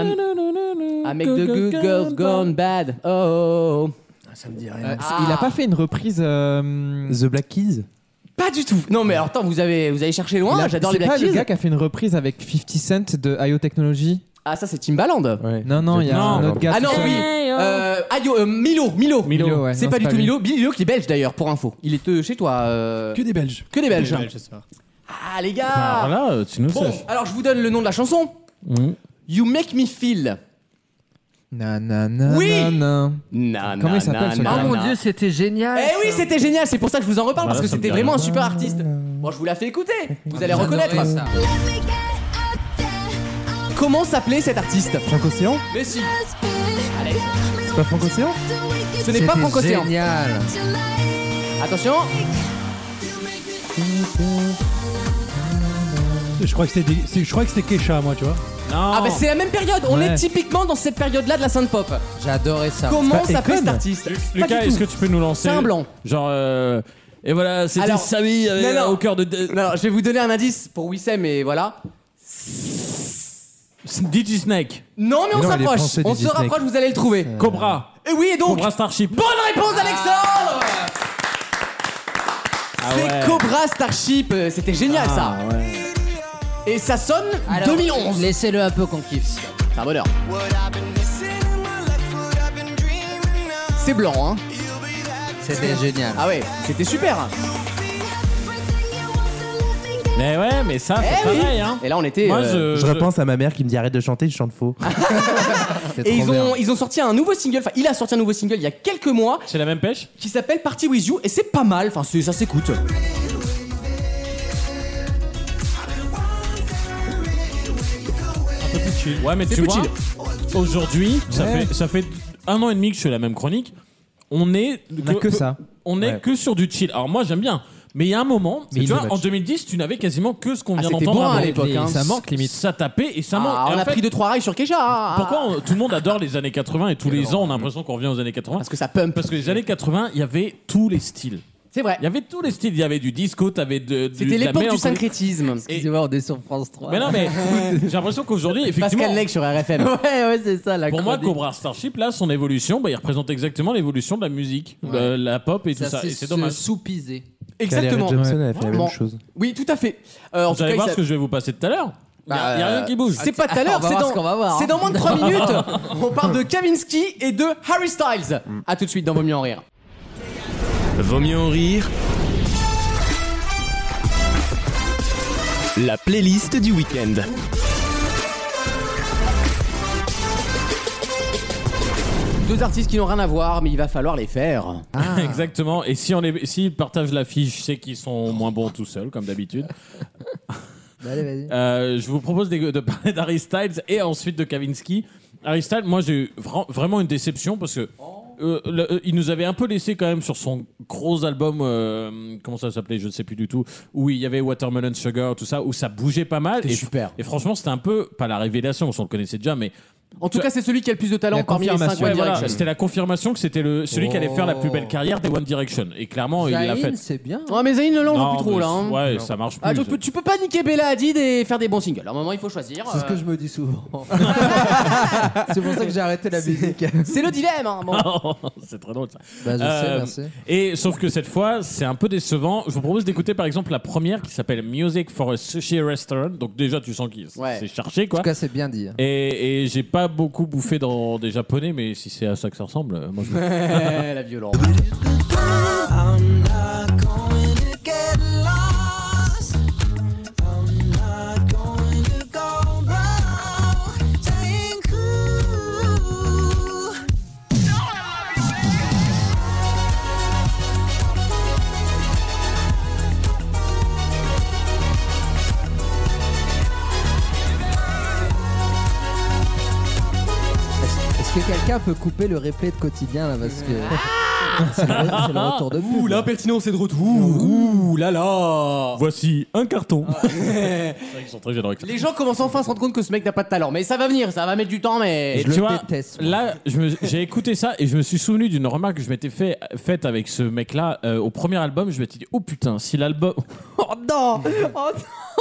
un mec de Good Girls Gone Bad. Oh, oh, oh.
Ça me dit
Euh,
rien.
Ah.
c'est- Il a pas fait une reprise.
Hmm.
euh,
The Black Keys
Pas du tout. Non, mais alors, attends, vous avez, vous avez cherché
il
loin.
a-
J'adore les
C'est pas
Black
le
Keys.
gars qui a fait une reprise avec 50 Cent de IO Technology
Ah, ça, c'est Timbaland.
Non, non, il y a
Non.
un autre gars.
Ah
tout
non,
seul.
oui. Euh, ah, yo, euh, Milo, Milo.
Milo, ouais,
c'est
non,
pas
c'est
du
pas
tout
lui.
Milo. Milo qui est belge d'ailleurs, pour info. Il est euh, chez toi. euh,
Que des Belges.
Que des Belges.
Ouais, je sais pas.
Ah, les gars.
Ah voilà, euh, tu nous
Bon,
sais.
alors je vous donne le nom de la chanson.
Mhm.
You Make Me Feel.
Na, na, na,
Oui. Ah,
na, na.
Na,
Comment
na,
il s'appelle,
na,
ce
na,
gars
Oh mon
na.
dieu, c'était génial.
Eh oui, c'était génial, c'est pour ça que je vous en reparle,
Voilà,
parce que
ça me
c'était
dit
vraiment un
rien.
super artiste. Bon, je vous la fais écouter, vous allez reconnaître. Comment s'appelait cet artiste
Franck Océan
Mais si,
C'est pas Franck Océan
ce n'est pas Franck Océan.
Génial.
Attention,
Je crois que c'était des- c'est- je crois que c'était Kesha, moi, tu vois.
Non.
Oh.
ah bah c'est la même période, on
Ouais.
est typiquement dans cette période-là de la synth pop.
J'adorais ça.
Comment
pas
s'appelait
Econ
cet artiste Pas
Lucas,
du
est-ce
tout.
que tu peux nous lancer
C'est un blanc.
Genre. euh, Et voilà, c'était
Alors-
Samy euh,
Non, non.
au cœur de. de-
Non, non, je vais vous donner un indice pour Wissem et voilà.
DJ Snake,
Non mais on
Mais non, il est
s'approche,
français,
on
DJ
se
Snake. Euh.
rapproche, vous allez le trouver.
Cobra,
Et oui et Euh, donc,
Cobra Starship.
Bonne réponse,
Ah.
Alexandre C'est
Ah ouais. Ah
Cobra Starship, euh, c'était génial ça Et ça sonne 2011
Laissez-le un peu qu'on kiffe.
C'est un bonheur C'est blanc hein
C'était génial.
Ah ouais, c'était super
Mais ouais, mais ça, c'est
Eh oui.
pareil, hein.
Et là on était...
Moi,
euh,
je.
Je repense à ma mère qui me dit arrête de chanter, je chante faux.
Et ils ont, ils ont sorti un nouveau single, enfin il a sorti un nouveau single il y a quelques mois
C'est la même pêche
qui s'appelle Party With You et c'est pas mal, enfin c'est- ça s'écoute.
Ouais, mais
C'est
tu
plus
vois, aujourd'hui, ça, fait, ça fait un an et demi que je fais la même chronique. On est
On a que ça.
On est
Ouais.
que sur du chill. Alors moi, j'aime bien. Mais il y a un moment,
Mais
tu
il
vois,
nous match.
en 2010, tu n'avais quasiment que ce qu'on
Ah,
vient
c'était
d'entendre.
bon,
avant.
à l'époque,
Et
hein.
Ça manque limite.
Ça tapait et ça manque.
Ah,
Et
on
en
a
fait,
pris deux trois rails sur Kesha ah, ah,
Pourquoi
ah.
on- tout le monde adore les années 80 et tous les ans, on a l'impression qu'on revient aux années 80
Parce que ça pump,
Parce que les années 80, il y avait tous les styles.
c'est vrai.
Il y avait tous les styles. Il y avait du disco, t'avais de. de
C'était
de la
l'époque du
mélancolie.
syncrétisme.
Excusez-moi, on est sur France 3.
Mais non, mais j'ai l'impression qu'aujourd'hui, effectivement.
Pascal Neg sur RFM.
Ouais, ouais, c'est ça la
Pour moi,
chronique.
Cobra Starship, là, son évolution, bah, il représente exactement l'évolution de la musique, le- la pop et tout ça. Et c'est dommage.
soupiser.
Exactement.
Carly Rae Jepsen, elle a fait la
Bon.
même chose.
Oui, tout à fait. Euh, en
Vous
tout
allez
cas,
voir
il
ce que je vais vous passer tout à l'heure. Il n'y a,
Bah,
y a rien qui bouge.
C'est pas tout à l'heure,
On va
c'est
voir
dans,
ce qu'on va voir,
c'est
hein.
dans moins de 3 minutes. On parle de Kavinsky et de Harry Styles. A tout de suite dans Vaut mieux en rire.
Vaut mieux en rire. La playlist du week-end.
Deux artistes qui n'ont rien à voir, mais il va falloir les faire.
Exactement. Et si on les, s'ils partagent l'affiche, c'est qu'ils sont moins bons tout seuls, comme d'habitude.
Bah, Allez, vas-y.
Euh, je vous propose de, de parler d'Harry Styles et ensuite de Kavinsky. Harry Styles, moi j'ai eu vra- vraiment une déception parce que euh, le- euh, il nous avait un peu laissé quand même sur son gros album, euh, comment ça s'appelait, je ne sais plus du tout, où il y avait Watermelon Sugar, tout ça, où ça bougeait pas mal.
C'était
Et,
super.
Et franchement, c'était un peu, pas la révélation, parce qu'on le connaissait déjà, mais
En tout
Tu-
cas, c'est celui qui a le plus de talent
La
parmi les 5
confirmation.
One
Ouais, voilà,
Direction.
c'était la confirmation que c'était le, celui qui allait faire la plus belle
Oh.
carrière des One Direction. Et clairement, Oh, il l'a fait.
Zayn, c'est bien.
Ouais, Ah, mais Zayn, ne l'en
Non,
veut plus trop
mais
là. hein.
Ouais, ça marche plus.
Ah, tu, peux, tu peux pas niquer Bella Hadid et faire des bons singles. À un moment, il faut choisir.
C'est ce que
euh,
je me dis souvent. c'est pour ça que j'ai arrêté la musique.
C'est le dilemme. hein, bon.
C'est très drôle ça.
Bah, je
Euh,
sais, merci.
Et sauf que cette fois, c'est un peu décevant. Je vous propose d'écouter par exemple la première qui s'appelle Music for a Sushi Restaurant. Donc déjà, tu sens qu'il
Ouais.
c'est cherché
En
quoi.
tout cas, c'est bien dit. hein.
Et, et j'ai pas beaucoup bouffé dans des japonais, mais si c'est à ça que ça ressemble, euh, moi je me-
Eh, la violence.
Est-ce est-ce que quelqu'un peut couper le replay de quotidien là parce que c'est le, c'est le retour de pub. là.
l'impertinence est de retour. Ouh là là.
Voici un carton. C'est vrai qu'ils sont très généreux avec ça.
Les gens commencent enfin à se rendre compte que ce mec n'a pas de talent. Mais ça va venir, ça va mettre du temps, mais.
Et
Je le
tu vois,
déteste, moi.
là, je me- j'ai écouté ça et je me suis souvenu d'une remarque que je m'étais fait- faite avec ce mec-là euh, au premier album. Je m'étais dit, oh putain, si l'album.
Oh non Oh non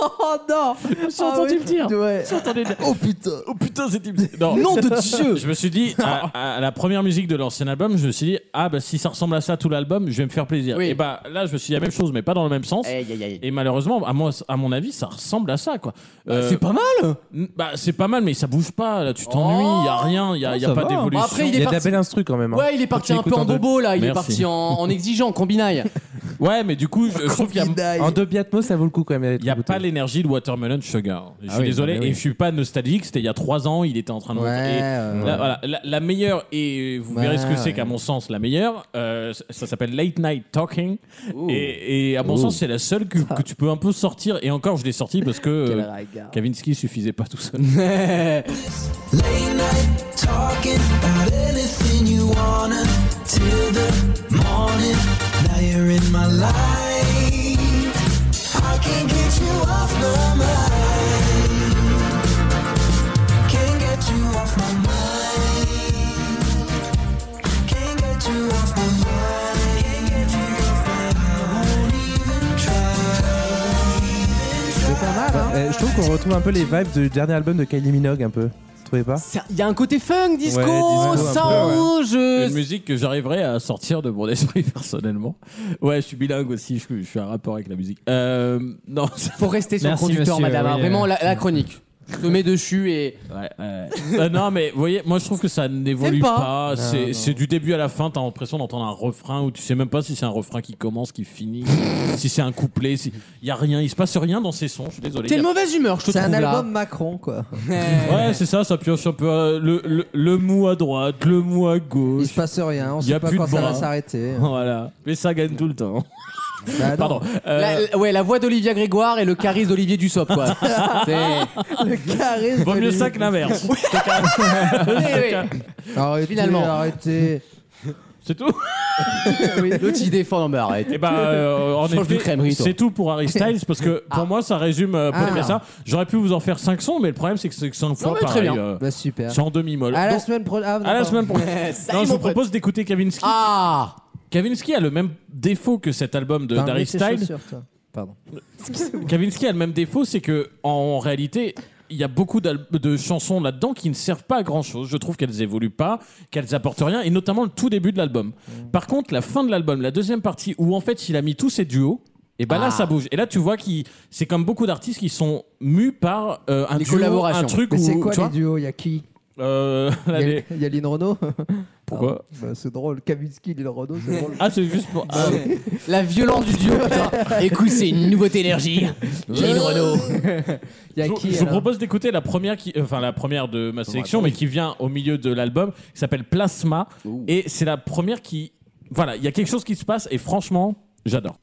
Oh non
J'ai entendu le dire.
Ouais.
J'ai entendu le dire.
Oh putain.
Oh putain, c'est type. Non.
Nom de Dieu
Je me suis dit, à, à la première musique de l'ancien album, je me suis dit, ah bah si ça ressemble à ça tout l'album, je vais me faire plaisir.
Oui. Eh.
Et bah là, je me suis dit la même chose, mais pas dans le même sens.
Aïe aïe aïe.
Et malheureusement, à, moi, à mon avis, ça ressemble à ça, quoi. Euh,
Bah, C'est pas mal Oh.
n- bah, c'est pas mal, mais ça bouge pas. Là, tu t'ennuies, il y a rien, il y a, y a
ça
pas
va.
d'évolution.
Après, il
Il y
est
a de la
parti.
belle instru quand même. hein.
Ouais, il est parti
Quand
un
tu
peu en
l'écoutes en
bobo là, il est
Merci.
parti en, en exigeant, en combinaille.
Ouais, mais du coup, je, je trouve qu'il y a,
En deux biatmos, ça vaut le coup quand même.
il y a pas l'énergie de Watermelon Sugar.
Ah
Je suis
oui,
désolé,
non, mais oui.
et je suis pas nostalgique. C'était il y a trois ans, il était en train de
Ouais,
monter. Et
ouais.
la, voilà, la- la meilleure, et vous verrez ce que
Ouais,
c'est
ouais.
qu'à mon sens la meilleure, euh, ça- ça s'appelle Late Night Talking. Et, et à mon sens, c'est la seule que, que tu peux un peu sortir. Et encore, je l'ai sortie parce que
Quel
euh,
regard.
Kavinsky suffisait pas tout seul.
Late night talking about anything you wanna till the morning. Now you're in my life. I can't get you off my mind. Can't get you off my mind. Can't get you off my mind. Can't get you off my mind. I won't even try.
C'est pas mal, hein
Euh, je trouve qu'on retrouve un peu les vibes du dernier album de Kylie Minogue, un peu. Vous trouvez pas
Ça- Il y a un côté funk, disco,
Ouais, disco, un peu,
sans
Une musique que j'arriverai à sortir de mon esprit personnellement. Ouais, je suis bilingue aussi, je, je suis un rapport avec la musique. Euh, non, c'est-
Faut rester sur
Merci,
le conducteur,
monsieur,
madame.
oui,
hein.
euh.
Vraiment, la, la chronique. Se met dessus et.
ouais, ouais. Euh, non, mais vous voyez, moi je trouve que ça n'évolue
T'aimes pas.
pas. C'est c'est du début à la fin, t'as l'impression d'entendre un refrain où tu sais même pas si c'est un refrain qui commence, qui finit, si c'est un couplet. Il y a rien, il se passe rien dans ces sons, je suis désolé.
T'es
Y
de
a-
mauvaise humeur, je te
C'est un
trouve là.
album Macron quoi.
Ouais, c'est ça, ça pioche un peu euh, le, le, le mou à droite, le mou à
Il
gauche.
se passe rien, on
Y
sait
a
pas
plus
quand
de
ça
bras.
va s'arrêter.
Voilà, mais ça gagne tout le temps.
Bah, non.
Pardon. Euh,
Ah La- la- ouais, la voix d'Olivia Grégoire et le charisme d'Olivier Dussopt, quoi. C'est.
Le charisme.
Vaut mieux
de
ça que l'inverse.
Oui, oui.
lui. Arrêtez,
Finalement.
arrêtez.
C'est tout
L'autre, il défend, non, mais arrête.
Et bah, euh, en
Change de
effet,
crèmerie, toi.
c'est tout pour Harry Styles parce que
Ah.
pour moi, ça résume euh, peu
Ah.
près ça. J'aurais pu vous en faire 5 sons, mais le problème, c'est que c'est 5 fois
mais très
pareil.
bien.
euh,
Bah super.
c'est en demi-molle.
À la
Donc,
semaine prochaine. Ah,
à la
d'accord.
semaine prochaine.
Ça y
Non,
est,
je
mon
vous
pote.
propose d'écouter Kavinsky.
Ah
Kavinsky a le même défaut que cet album de
T'as
d'Harry
enlevé tes
Styles.
chaussures, toi. Pardon.
Kavinsky a le même défaut, c'est que en réalité, il y a beaucoup d'al- de chansons là-dedans qui ne servent pas à grand-chose. Je trouve qu'elles évoluent pas, qu'elles apportent rien, et notamment le tout début de l'album.
Mm.
Par contre, la fin de l'album, la deuxième partie où en fait il a mis tous ses duos. Et ben
Ah.
là, ça bouge. Et là, tu vois qui c'est comme beaucoup d'artistes qui sont mus par euh, un
Les
duo,
collaborations.
un truc
Mais
où
c'est quoi
tu vois,
les duos Il y a qui
euh, là,
Il y
les-
a- Il y a Lynn Renault
Pourquoi
Bah, C'est drôle. Kavinsky, Lynn Renault, c'est drôle.
Ah, c'est juste pour.
Bah,
ah,
La violence du duo, putain. Écoute, c'est une nouveauté énergie. Lynn Renault.
Il y a
Je,
qui
je vous
alors
propose d'écouter la première qui, euh, enfin la première de ma sélection, mais qui vient au milieu de l'album, qui s'appelle Plasma, et c'est la première qui, voilà, il y a quelque chose qui se passe, et franchement, j'adore.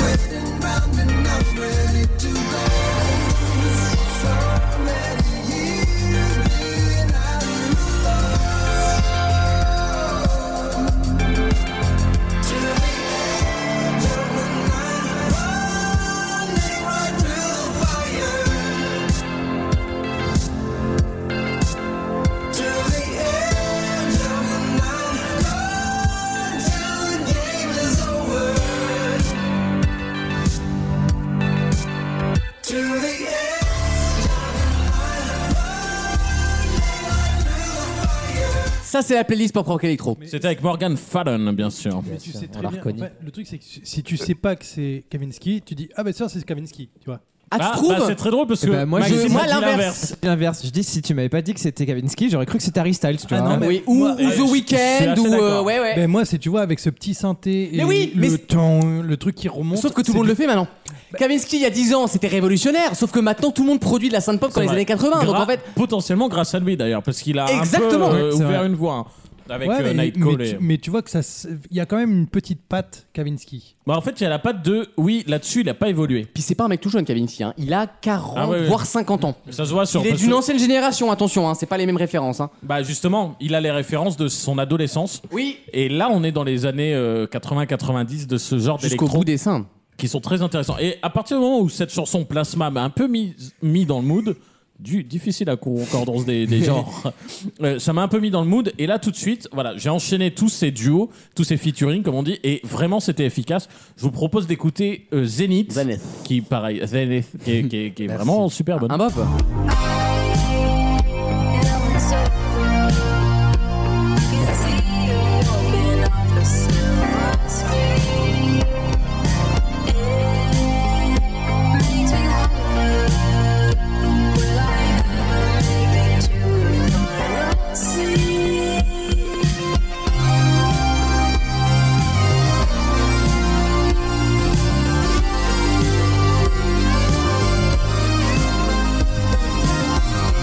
Ça, c'est la playlist Pop Rock Electro.
C'était avec Morgan Fallon, bien sûr.
Mais tu sais très bien. en fait, le truc, c'est que si si tu sais pas que c'est Kavinsky, tu dis Ah, ben ça, c'est Kavinsky, tu vois.
Ah,
Bah, bah, C'est très drôle parce que
Eh ben, moi,
Maxime
je-
a
moi,
dit
l'inverse.
C'est L'inverse, je dis si tu m'avais pas dit que c'était Kavinsky, j'aurais cru que c'était Harry Styles,
Ah
tu vois.
Oui, ou,
moi,
ou
euh, je- je
The
suis
Weeknd,
assez
ou. euh,
d'accord.
ouais, ouais.
Ben moi, c'est, tu vois, avec ce petit synthé et
Mais oui,
le,
mais c'est-
temps, le truc qui remonte.
Sauf que tout le monde le fait maintenant.
Bah,
Kavinsky, il y a 10 ans, c'était révolutionnaire. Sauf que maintenant, tout le monde produit de la synth pop dans les
vrai.
années 80. Donc
Gra-
en fait,
Potentiellement grâce à lui d'ailleurs, parce qu'il a
Exactement.
un peu euh,
Ouais, c'est
ouvert
vrai.
une voie hein, avec
Ouais,
euh,
mais,
Nightcall.
mais
et-
tu, mais tu vois que ça, se- il y a quand même une petite patte
Ah,
Kavinsky.
Bah, en fait, il y a la patte de. Oui, là-dessus, il a pas évolué.
puis c'est pas un mec tout jeune, Kavinsky. hein. Il a 40,
Ah ouais, ouais.
voire 50 ans.
Ça se voit sur.
Il est
parce
d'une
que-
ancienne génération, attention, hein, c'est pas les mêmes références. hein.
Bah justement, il a les références de son adolescence.
Oui,
Et là, on est dans les années 80-90 de ce genre
jusqu'au
d'électro
bout des seins.
qui sont très intéressants. Et à partir du moment où cette chanson Plasma m'a un peu mis, mis dans le mood, du, difficile à concordance des, des genres, euh, ça m'a un peu mis dans le mood. Et là, tout de suite, voilà, j'ai enchaîné tous ces duos, tous ces featuring, comme on dit, et vraiment, c'était efficace. Je vous propose d'écouter euh, Zenith,
Zenith.
qui, pareil, Zenith, qui est, qui est- qui est vraiment super bonne.
Un bop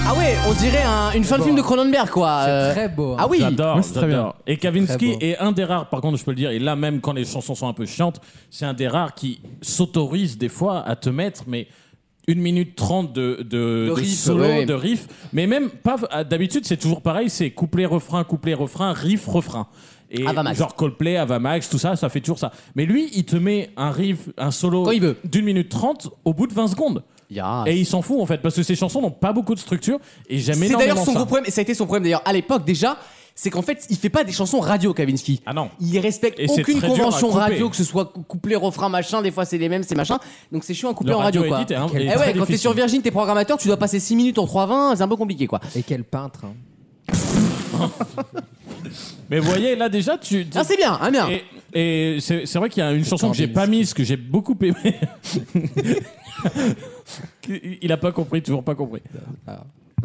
Ah ouais, on dirait un- une fin de film de Cronenberg quoi. euh.
Très beau. hein.
Ah oui
J'adore,
Moi, c'est très
j'adore. Et
Très
Kavinsky
beau.
est un des rares, par contre, je peux le dire, et là même quand les chansons sont un peu chiantes, c'est un des rares qui s'autorise des fois à te mettre, mais une minute trente de, de,
De
de
riff,
solo,
ouais.
de riff, mais même pas. ah, D'habitude, c'est toujours pareil, c'est couplet, refrain, couplet, refrain, riff, refrain. Et
Avamax.
genre Coldplay, Avamax, tout ça, ça fait toujours ça. Mais lui, il te met un riff, un solo
Quand il veut.
d'une minute trente au bout de 20 secondes.
Yes.
Et il s'en fout en fait, parce que ces chansons n'ont pas beaucoup de structure et j'aime
C'est
énormément
d'ailleurs son
ça.
gros problème, et ça a été son problème d'ailleurs à l'époque déjà, c'est qu'en fait il fait pas des chansons radio Kavinsky.
Ah non.
Il respecte
Et c'est
aucune
très dur à
convention
couper.
radio, que ce soit cou- couplet, refrain, machin, des fois c'est les mêmes, c'est machin. Donc c'est chiant à couper
Le
en radio,
radio
quoi.
edit est un-
Eh ouais,
est très
quand t'es
difficile.
sur Virgin, t'es programmateur, tu dois passer 6 minutes en 3-20, c'est un peu compliqué quoi.
Et quel peintre. hein.
Mais vous voyez, là déjà, tu.
Ah c'est bien, hein, bien.
Et, et c'est c'est vrai qu'il y a une chanson que j'ai
Cornelis.
pas mise, que j'ai beaucoup aimée. Il a pas compris, toujours pas compris. Faut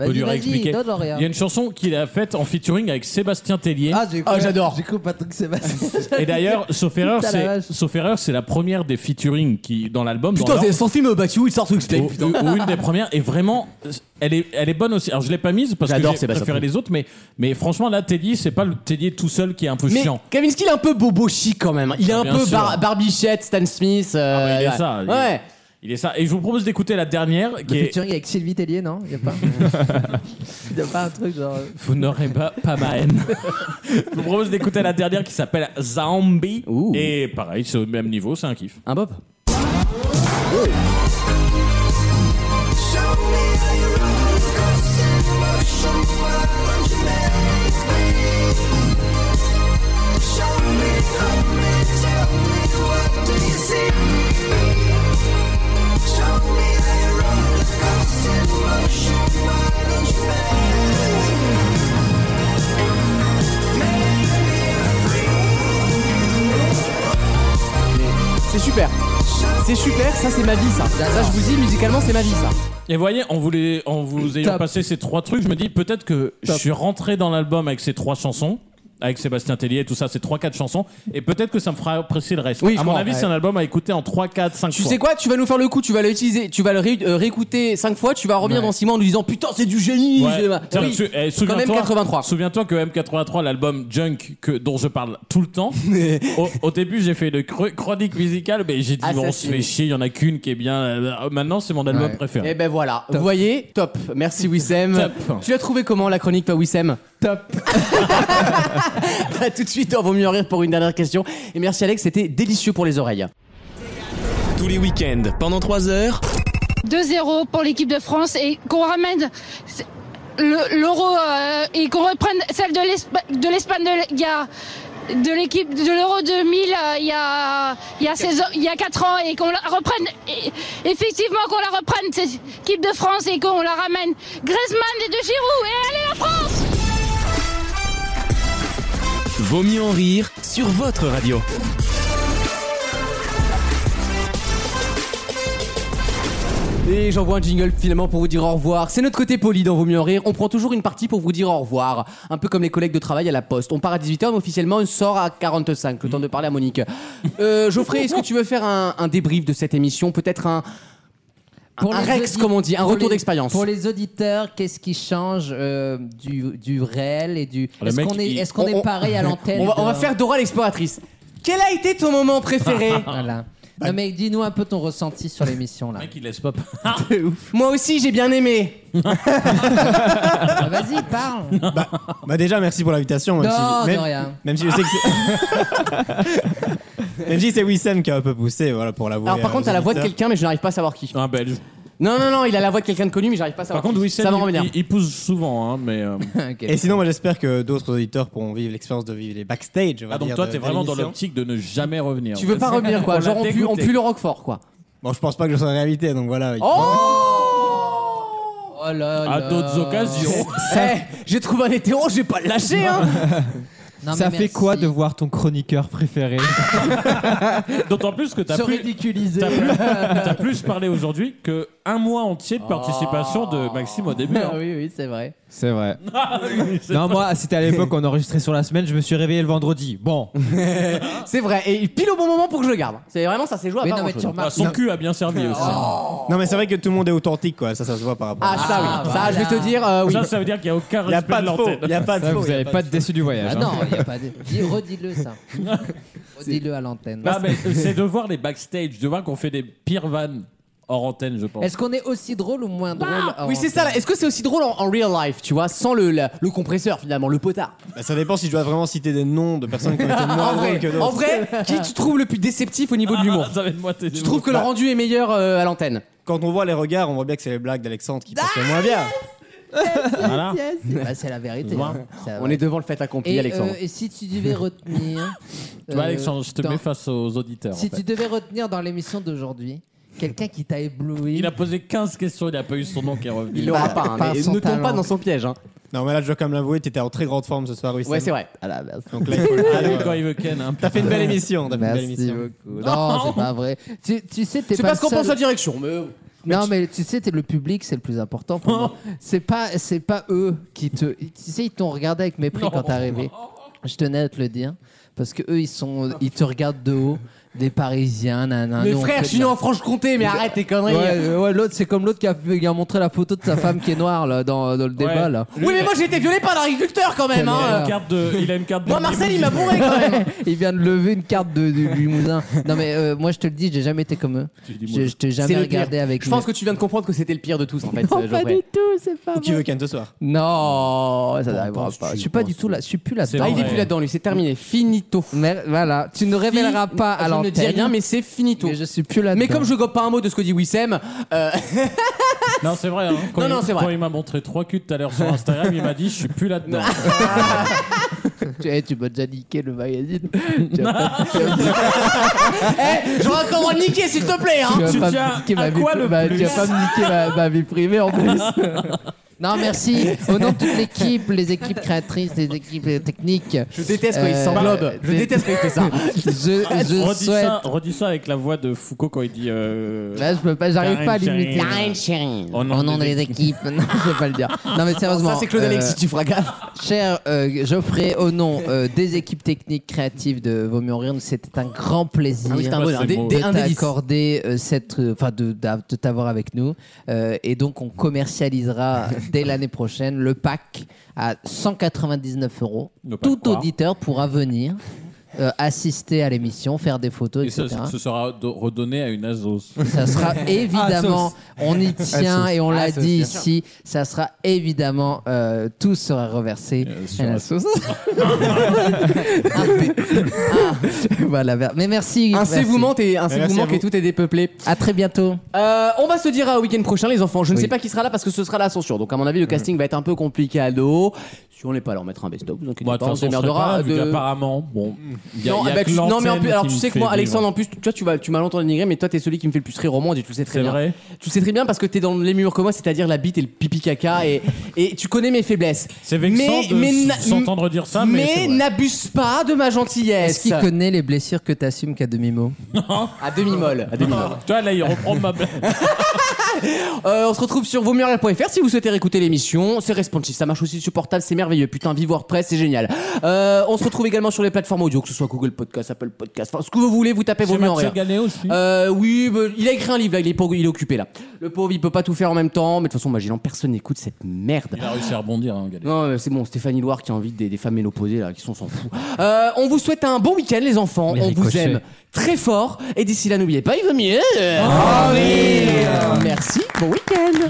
Vas-y,
lui
vas-y,
réexpliquer.
donne rien.
Il y a une chanson qu'il a faite en featuring avec Sébastien Tellier.
Ah, j'ai cru-
Ah, j'adore.
J'ai cru Patrick Sébastien.
et d'ailleurs, sauf erreur,
Putain, la
c'est
vache.
sauf erreur, c'est la première des featuring qui dans l'album. dans
Putain,
l'ordre,
c'est son film Back You, il sort tout explain,
ou,
putain.
ou- ou une des premières et vraiment elle est, elle est bonne aussi alors je l'ai pas mise parce que
J'adore
j'ai
Sébastien
préféré
Tellier.
les autres mais, mais franchement là Tellier c'est pas le Tellier tout seul qui est un peu
Mais
chiant
Kavinsky, il est un peu bobo chic quand même. Il est un
Bien
peu
sûr.
Bar- Barbichette, Stan Smith. euh,
Ah bah, il est
ouais.
ça, il est-
Ouais.
il est ça et je vous propose d'écouter la dernière qui
Le
est
featuring avec Sylvie Tellier, non Il a pas. Il a pas un truc genre. euh,
Vous n'aurez pas, pas ma haine. Je vous propose d'écouter la dernière qui s'appelle Zombie.
Ouh.
Et pareil, c'est au même niveau, c'est un kiff.
Un bob C'est super. C'est super, ça c'est ma vie ça. Ça je vous dis, musicalement c'est ma vie ça.
Et voyez, en vous, les- en vous ayant
Top.
passé ces trois trucs, je me dis peut-être que je suis rentré dans l'album avec ces trois chansons. Avec Sébastien Tellier et tout ça, c'est 3-4 chansons. Et peut-être que ça me fera apprécier le reste.
Oui, je
à mon
crois,
avis,
ouais.
c'est un album à écouter en 3, 4, 5
Tu
fois.
sais quoi Tu vas nous faire le coup, tu vas l'utiliser, tu vas le ré- euh, réécouter 5 fois, tu vas revenir dans 6 mois en nous disant putain c'est du génie.
Ouais.
c'est-
Tiens,
Oui.
tu- eh, souviens-toi-
Quand même 83.
Souviens-toi que M83, l'album Junk que, dont je parle tout le temps, au, au début j'ai fait une cre- chronique musicale, mais j'ai dit
Ah,
bon,
ça,
on se
c'est-
fait chier, il y en a qu'une qui est bien. Euh, Maintenant, c'est mon album
Ouais.
préféré.
Et ben voilà, vous voyez, top. Merci Wissem.
Top.
Tu l'as trouvé comment la chronique pas Wissem
Top.
À tout de suite, on vaut mieux en rire pour une dernière question. Et merci Alex, c'était délicieux pour les oreilles.
Tous les week-ends, pendant 3 heures.
2-0 pour l'équipe de France et qu'on ramène le- l'euro euh, et qu'on reprenne celle de l'Espa- de l'Espagne de l- il y a- de l'équipe de l'euro 2000 euh, il y a il y a 16 ans- il y a 4 ans et qu'on la reprenne et- effectivement qu'on la reprenne cette équipe de France et qu'on la ramène Griezmann et de Giroud et allez la France
Vaut mieux en rire sur votre radio.
Et j'envoie un jingle finalement pour vous dire au revoir. C'est notre côté poli dans Vaut mieux en rire. On prend toujours une partie pour vous dire au revoir. Un peu comme les collègues de travail à la poste. On part à 18h, mais officiellement on sort à 45. Le temps de parler à Monique. Euh, Geoffrey, est-ce que tu veux faire un, un débrief de cette émission Peut-être un, un-
Pour
un
les
Rex,
audi-
comme on dit, un
pour
retour
les-
d'expérience.
Pour les auditeurs, qu'est-ce qui change euh, du, du réel et du.
Le
Est-ce
mec,
qu'on est,
il-
est-ce qu'on
on-
est pareil à l'antenne
on va- on va
de-
faire Dora l'exploratrice. Quel a été ton moment préféré
Voilà. Non, mais dis-nous un peu ton ressenti sur l'émission là.
Qui laisse pas.
Moi aussi, j'ai bien aimé.
Ah, Vas-y, parle.
Bah, bah déjà, merci pour l'invitation. Même
Non,
si,
de
même,
rien.
Même si je sais que c'est. même si c'est Wissem qui a un peu poussé, voilà, pour l'avouer.
Alors par contre,
à
t'as la voix de quelqu'un, mais je n'arrive pas à savoir qui.
Un belge.
Non, non, non, il a la voix de quelqu'un de connu, mais j'arrive pas à
Par
savoir
contre,
qui.
oui,
Ça va revenir.
il, il pousse souvent, hein, mais. euh,
Et sinon, moi, j'espère que d'autres auditeurs pourront vivre l'expérience de vivre les backstage. on va
Ah, donc
dire,
toi,
de-
t'es
de
vraiment dans
l'émission.
l'optique de ne jamais revenir.
Tu veux pas revenir, quoi. Genre, on pue- on pue le Roquefort, quoi.
Bon, je pense pas que je sois réalité, donc voilà. il-
Oh là là.
À d'autres occasions.
Eh, j'ai trouvé un hétéro, je vais pas le lâcher, hein.
Non,
Ça
mais
fait
merci.
quoi de voir ton chroniqueur préféré
D'autant plus que t'as
Se
plus.
ridiculiser.
T'as plus, t'as plus parlé aujourd'hui que un mois entier de participation
Oh.
de Maxime au début. hein.
Ah oui, oui, c'est vrai.
C'est vrai.
Ah,
non, moi, c'était à l'époque, on enregistrait sur la semaine, je me suis réveillé le vendredi. Bon.
C'est vrai, et pile au bon moment pour que je le garde. C'est vraiment ça, c'est joué à
Mais
pas
non, mais
grand-chose.
tu remarques-
Ah, son cul a bien servi
Oh.
aussi.
Non, mais c'est vrai que tout le monde est authentique, quoi. Ça, ça se voit par rapport
Ah,
à
ça, oui. Ça, je vais te dire, euh, oui.
Ça, ça veut dire qu'il n'y a aucun
Il n'y a
respect
pas
de
de faux.
l'antenne.
Il n'y a pas de
Ça,
faux.
vous
il y a
n'avez
pas
pas de déçu du voyage.
Ah
hein.
non, il a pas de. Dis- Redis-le ça. Redis-le à l'antenne.
Non, mais c'est de voir les backstage, de voir qu'on fait des pires vannes hors antenne, je pense.
Est-ce qu'on est aussi drôle ou moins drôle
Ah,
en
oui, c'est ça. là.
antenne
Est-ce que c'est aussi drôle en, en real life, tu vois, sans le, la- le compresseur finalement, le potard
Bah, ça dépend si je dois vraiment citer des noms de personnes qui ont été moins
Ah, En
drôles
vrai,
que d'autres.
en vrai, qui tu trouves le plus déceptif au niveau
Ah,
de l'humour
Ça va être moi, t'es
Tu trouves que
bah.
le rendu est meilleur euh, à l'antenne
Quand on voit les regards, on voit bien que c'est les blagues d'Alexandre qui passent le moins bien.
Voilà.
Bah, C'est la vérité.
Moi,
hein. C'est la
On est devant le fait accompli,
Et,
Alexandre.
euh, et si tu devais retenir.
Tu vois,
euh,
Alexandre, je te
dans-
mets face aux auditeurs.
Si
en fait.
tu devais retenir dans l'émission d'aujourd'hui quelqu'un qui t'a ébloui.
Il a posé 15 questions, il n'a pas eu son nom qui est revenu.
Il l'aura pas, hein,
Bah, par
mais
son
ne tombe
talent.
pas dans son piège. hein.
Non, mais là, je dois quand même l'avouer, t'étais en très grande forme ce soir, Wissem.
Ouais, c'est vrai.
Ah là, merci.
Donc là, il faut le
Ah,
dire,
lui,
euh,
quand il veut Ken, hein.
T'as fait une belle émission. T'as fait une belle
Merci
émission.
beaucoup. Non, c'est pas vrai. Tu, tu sais, t'es
C'est pas
pas
ce qu'on
seul.
pense à la direction, mais. euh,
Non, mais tu sais, t'es le public, c'est le plus important pour moi. C'est pas, c'est pas eux qui te. Tu sais, ils t'ont regardé avec mépris quand t'es arrivé. Je tenais à te le dire parce que eux, ils sont, ils te regardent de haut. Des Parisiens, nanana.
Mais
nous, on fait
frère,
de
je suis né
la-
en Franche-Comté, mais arrête tes conneries. euh.
Ouais, euh, ouais, l'autre, c'est comme l'autre qui a, qui a montré la photo de sa femme qui est noire là, dans, dans le débat là.
Oui, mais moi j'ai été violé par l'agriculteur quand même.
Quelle
hein.
Il a une
euh,
carte de. Il a une carte de
Moi, Marcel, il m'a bourré quand même.
Il vient de lever une carte de, du Limousin. Non mais euh, moi je te le dis, j'ai jamais été comme eux. Je, je
C'est
t'ai jamais
le
regardé
pire.
avec.
Je pense que tu viens de comprendre que c'était le pire de tous en fait. euh,
non, pas
Geoffrey.
du tout, c'est pas.
Ou qui
vrai.
veut Ken ce soir
Non, ça n'arrivera
penses-tu,
pas. Je suis pas du tout là. Je suis plus là.
C'est
Ah,
vrai.
il est plus là-dedans, lui, c'est terminé. Finito.
Mais voilà, tu ne révéleras
Fin-
pas à
Je ne dis
l'antenne.
rien, mais c'est finito.
mais je suis plus là.
Mais comme je gobe pas un mot de ce que dit Wissem, euh,
Non, c'est vrai. hein. Quand
Non,
il-
non, c'est vrai.
Quand il m'a montré trois culs tout à l'heure sur Instagram, il m'a dit Je suis plus là-dedans.
tu, eh, tu m'as déjà niqué le magazine.
eh, j'aurais encore niqué s'il te plaît. Hein.
tu
Tu
vas pas
tiens
me niquer
à
ma vie,
quoi le
ma-
plus
tu vas pas me niquer ma, ma vie privée en plus. non, merci. Au nom de toute l'équipe, les équipes créatrices, les équipes euh, techniques.
Je déteste quand il
Euh,
s'englobe. Je
des-
déteste quand il fait ça.
Je, je
redis,
souhaite.
ça, redis ça avec la voix de Foucault quand il dit. euh,
Là, je peux pas, j'arrive
Karine
pas à l'imiter.
Karine. Karine
chérie.
Au
Au
nom
nom,
des
des, équipes. Non, je vais pas le dire. Non, mais sérieusement.
Oh, Ça, c'est Claude
euh,
Alexis, tu feras gaffe.
Cher euh, Geoffrey, au nom euh, des équipes techniques créatives de Vaut mieux en rire, c'était un grand plaisir.
Ah oui, c'était un
Ouais,
bon,
c'est
un dé-
beau.
dé-
de
un délice.
t'accorder euh, cette, euh, enfin de, d'a- de t'avoir avec nous, Euh, et donc on commercialisera dès l'année prochaine le pack à 199 euros.
Ne pas
Tout
croire.
auditeur pourra venir euh, assister à l'émission, faire des photos,
Et ça,
etc.
ce sera do- redonné à une Azos.
Ça sera évidemment, on y tient et on
Ah,
l'a
sauce,
dit
bien sûr.
ici, ça sera évidemment, euh, tout sera reversé
Euh, sur
à la
la
sauce. Ah. voilà, ver- mais merci.
Un
merci.
sévouement et un
Merci
sévouement
à
que
vous.
tout est dépeuplé.
À très bientôt.
Euh, on va se dire à week-end prochain, les enfants. Je ne
Oui.
Mm.
sais pas qui sera là parce que ce sera la censure. Donc, à mon avis, le casting va être un peu compliqué à dos. Si on n'est pas là, on mettra un best-of, vous inquiétez
Moi, de
pas,
toute
on
façon, je serai
démerdera
pas là, vu
de-
qu'apparemment, bon, il y a-
non,
il y a
bah,
que
tu- non, mais en plus,
l'antenne
alors
qui
tu
me
sais que
fait
moi, Alexandre,
vivre.
en plus, tu, tu vois, tu vas, tu m'as longtemps dénigré, mais toi, t'es celui qui me fait le plus rire au monde et tu le sais très
C'est
bien.
vrai
tu le sais très bien parce que t'es dans les murs comme moi, c'est-à-dire la bite et le pipi caca et, et tu connais mes faiblesses.
C'est vexant
Mais-
de
mais
s-
na-
s'entendre dire ça, mais c'est vrai.
n'abuse pas de ma gentillesse.
Est-ce qu'il connaît les blessures que t'assumes qu'à demi-mot
À demi-molle. À demi-molle.
Toi, là, il reprend ma blague.
Euh, on se retrouve sur vosmurs.fr si vous souhaitez réécouter l'émission. C'est responsive, ça marche aussi sur portable, c'est merveilleux. Putain, vive WordPress, c'est génial. Euh, on se retrouve également sur les plateformes audio, que ce soit Google Podcast, Apple Podcast, enfin ce que vous voulez, vous tapez
C'est
Vaut mieux en
Mathieu
rire.
Gallet aussi.
Euh, oui, bah, il a écrit un livre, là, il est, pour- il est occupé là. Le pauvre, il peut pas tout faire en même temps, mais de toute façon, Magellan, personne n'écoute cette merde.
Il a réussi à rebondir, hein, Gallet.
Non, mais c'est bon, Stéphanie Loire qui a envie des, des femmes opposées là, qui sont on s'en fout. Euh, on vous souhaite un bon week-end, les enfants. on vous
ricochets.
aime très fort. Et
Ah
d'ici là, n'oubliez pas, il vaut mieux.
En rire.
Merci, bon week-end.